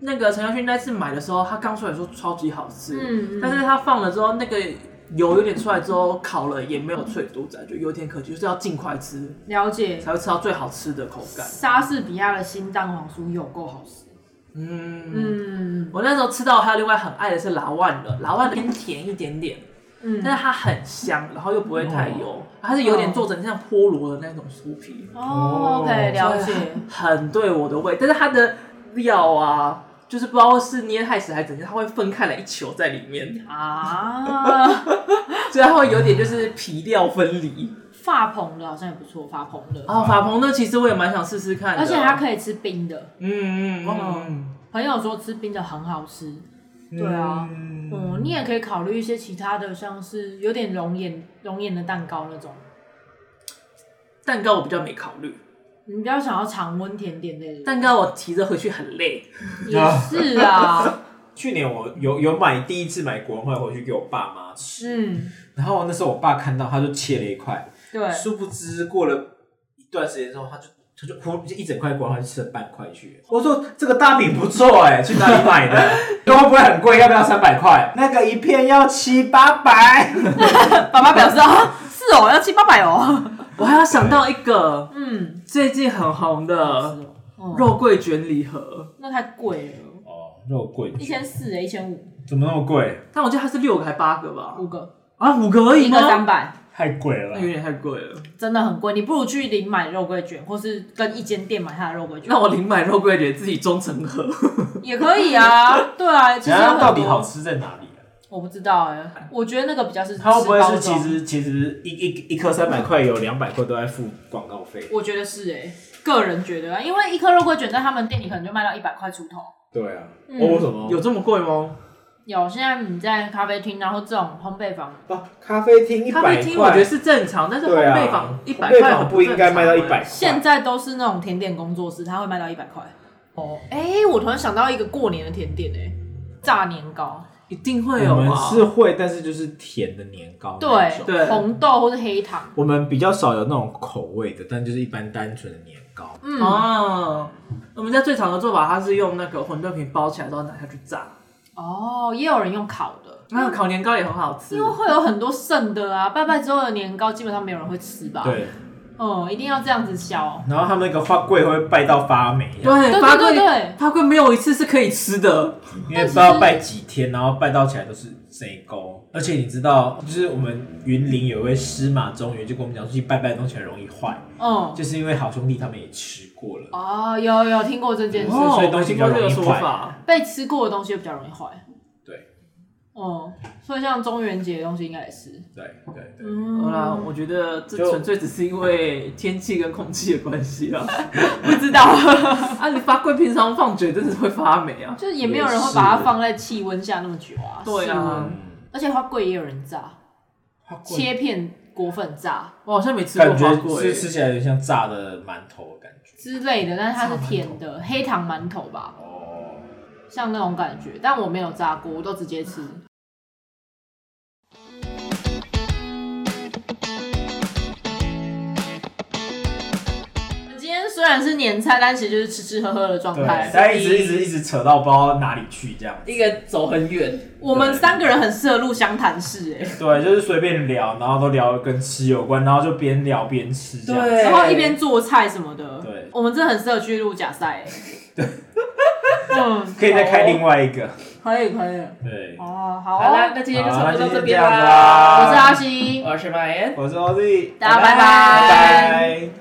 Speaker 3: 那个陈耀勋那次买的时候，他刚出来说超级好吃，
Speaker 1: 嗯嗯
Speaker 3: 但是他放了之后，那个油有点出来之后，烤了也没有脆度在，就有点可惜，就是要尽快吃
Speaker 1: 了解。
Speaker 3: 才会吃到最好吃的口感。
Speaker 1: 莎士比亚的新蛋黄酥有够好吃。
Speaker 3: 嗯，
Speaker 1: 嗯
Speaker 3: 我那时候吃到还有另外很爱的是拉万的，拉万的偏甜一点点，
Speaker 1: 嗯
Speaker 3: 但是它很香，然后又不会太油，它是有点做成像菠萝的那种酥皮，
Speaker 1: 哦，OK，了
Speaker 3: 所以
Speaker 1: 解。
Speaker 3: 很对我的胃。但是它的料啊，就是不知道是捏太死还是怎样，它会分开来一球在里
Speaker 1: 哦
Speaker 3: 面，
Speaker 1: 啊，
Speaker 3: 所以它会有点就是皮料分离。
Speaker 1: 发蓬的好像也不错，发蓬的，
Speaker 3: 然后法鹏呢，其实我也蛮想试试看的，
Speaker 1: 哦而且它可以吃冰的。
Speaker 3: 嗯，嗯嗯嗯
Speaker 1: 嗯，朋友说吃冰的很好吃，对啊，
Speaker 2: 嗯
Speaker 1: 嗯，你也可以考虑一些其他的，像是有点熔岩熔岩的蛋糕那种。
Speaker 3: 蛋糕我比较没考虑，
Speaker 1: 你比较想要常温甜点类的，
Speaker 3: 蛋糕我提着回去很累。
Speaker 1: 也是 啊，
Speaker 2: 去年我有有买第一次买国王派回去给我爸妈吃，
Speaker 1: 嗯，
Speaker 2: 然后那时候我爸看到他就切了一块，
Speaker 1: 对，
Speaker 2: 殊不知过了一段时间之后，他就他就忽一整块瓜，他就吃了半块去。我说这个大饼不错哎、去哪里买的？会不会很贵？要不要三百块？那个一片要七八百。
Speaker 1: 爸爸表示啊，是哦，要七八百哦，
Speaker 3: 我还要想到一个
Speaker 1: 嗯，
Speaker 3: 最近很红的
Speaker 1: 是哦，嗯，
Speaker 3: 肉桂卷礼盒，
Speaker 1: 那太贵了，
Speaker 2: 哦，肉贵
Speaker 1: 一千四欸一千五，
Speaker 2: 怎么那么贵？
Speaker 3: 但我记得它是六个还八个吧？
Speaker 1: 五个，
Speaker 3: 啊，五个而已
Speaker 1: 一个三
Speaker 3: 吗？
Speaker 1: 百，
Speaker 2: 太贵了
Speaker 3: 那有点太贵了。
Speaker 1: 真的很贵，你不如去零买肉桂卷，或是跟一间店买它的肉桂卷
Speaker 3: 那，我零买肉桂卷自己装成盒，
Speaker 1: 也可以啊，对啊，其实有很
Speaker 2: 它
Speaker 1: 多
Speaker 2: 到底好吃在哪里、啊？
Speaker 1: 我不知道哎、我觉得那个比较是
Speaker 2: 它会不会
Speaker 1: 吃包
Speaker 2: 是其
Speaker 1: 装？
Speaker 2: 实其实一一一颗三百块有两百块都在付广告费？
Speaker 1: 我觉得是哎、个人觉得啊，因为一颗肉桂卷在他们店里可能就卖到一百块出头。
Speaker 2: 对啊，
Speaker 1: 嗯
Speaker 2: 哦为什么
Speaker 3: 有这么贵吗？
Speaker 1: 有，现在你在咖啡厅，然后这种烘焙坊，
Speaker 2: 哦，咖啡厅一
Speaker 3: 咖
Speaker 2: 百
Speaker 3: 啡
Speaker 2: 块，
Speaker 3: 厅我觉得是正常，但是烘
Speaker 2: 对啊，
Speaker 3: 焙坊一百
Speaker 2: 烘焙
Speaker 3: 块
Speaker 2: 坊
Speaker 3: 很
Speaker 2: 不应该卖到一
Speaker 3: 正常
Speaker 2: 百
Speaker 3: 欸。
Speaker 1: 现
Speaker 2: 块。
Speaker 1: 在都是那种甜点工作室，它会卖到一百块。哦，哎、我突然想到一个过年的甜点哎、炸年
Speaker 2: 哦
Speaker 1: 糕，
Speaker 3: 一定会
Speaker 2: 我
Speaker 3: 有
Speaker 2: 们
Speaker 3: 啊。
Speaker 2: 是会，但是就是甜的年糕那
Speaker 1: 对
Speaker 2: 种。
Speaker 3: 对
Speaker 1: 红豆或是黑糖，
Speaker 2: 我们比较少有那种口味的，但就是一般单纯的年糕。
Speaker 1: 嗯，
Speaker 3: 哦，我们家最常的做法，它是用那个馄饨皮包起来，然后拿下去炸。
Speaker 1: 哦，也有人用烤的，
Speaker 3: 那个烤年糕也很好
Speaker 1: 嗯
Speaker 3: 吃
Speaker 1: 因为，会有很多剩的啊，拜拜之后的年糕基本上没有人会吃吧？
Speaker 2: 对，
Speaker 1: 嗯，一定要这样子削。哦
Speaker 2: 然后他们那个花柜会拜到发霉，
Speaker 1: 对
Speaker 3: 对，
Speaker 1: 对
Speaker 3: 发
Speaker 1: 对
Speaker 3: 贵
Speaker 1: 对，
Speaker 3: 发贵没有一次是可以吃的，
Speaker 2: 因为不知道拜几天，然后拜到起来都是贼沟。而且你知道，就是我们云林有一位司马中原就跟我们讲，说去拜拜的东西很容易坏，
Speaker 1: 嗯，
Speaker 2: 就是因为好兄弟他们也吃过了。
Speaker 1: 哦，有有听过这件事，
Speaker 2: 哦所以东西比较容易坏
Speaker 3: 我听过这个说法。
Speaker 1: 被吃过的东西就比较容易坏。
Speaker 2: 对
Speaker 1: 哦、所以像中元节的东西应该也是。
Speaker 2: 对对对，
Speaker 1: 嗯，
Speaker 3: 好啦，我觉得这
Speaker 2: 就
Speaker 3: 纯粹只是因为天气跟空气的关系啦。
Speaker 1: 不知道，
Speaker 3: 啊，你发贵平常放嘴真的是会发霉啊。
Speaker 1: 就是也没有人会把它放在气温下那么久啊。
Speaker 3: 对
Speaker 1: 室
Speaker 3: 啊
Speaker 1: 温，
Speaker 2: 嗯，
Speaker 1: 而且花桂也有人炸，
Speaker 2: 花柜
Speaker 1: 切片果粉炸
Speaker 3: 我好像没吃过
Speaker 2: 感
Speaker 3: 花
Speaker 2: 觉
Speaker 3: 贵
Speaker 2: 吃，吃起来有点像炸的馒头的感觉。
Speaker 1: 之类的，但是它是甜的，黑糖馒头吧，
Speaker 2: 哦，
Speaker 1: 像那种感觉。但我没有炸过，我都直接吃。今天虽然是年菜，但其实就是吃吃喝喝的状
Speaker 2: 对，
Speaker 1: 态。
Speaker 2: 大家一直一直一直扯到不知道哪里去这样。
Speaker 3: 一个走很远，
Speaker 1: 我们三个人很适合录湘潭市哎、
Speaker 2: 对，就是随便聊，然后都聊跟吃有关，然后就边聊边吃这样。
Speaker 3: 对
Speaker 1: 然后一边做菜什么的。
Speaker 2: 对
Speaker 1: 我们真的很适合去录假赛、欸。对，嗯，
Speaker 2: 可以再开另外一个。
Speaker 1: 可以可以。
Speaker 2: 对，好
Speaker 1: 哦，好
Speaker 3: 好啦
Speaker 1: 啊，，
Speaker 3: 那今天就差
Speaker 2: 那
Speaker 3: 不
Speaker 2: 今
Speaker 3: 多到这
Speaker 2: 天这
Speaker 3: 边
Speaker 2: 样
Speaker 3: 啦。
Speaker 1: 我是阿
Speaker 2: 啦。
Speaker 1: 西，
Speaker 3: 我是马言。
Speaker 2: 我是 OZ，
Speaker 1: 大家
Speaker 3: 拜拜
Speaker 2: 拜拜。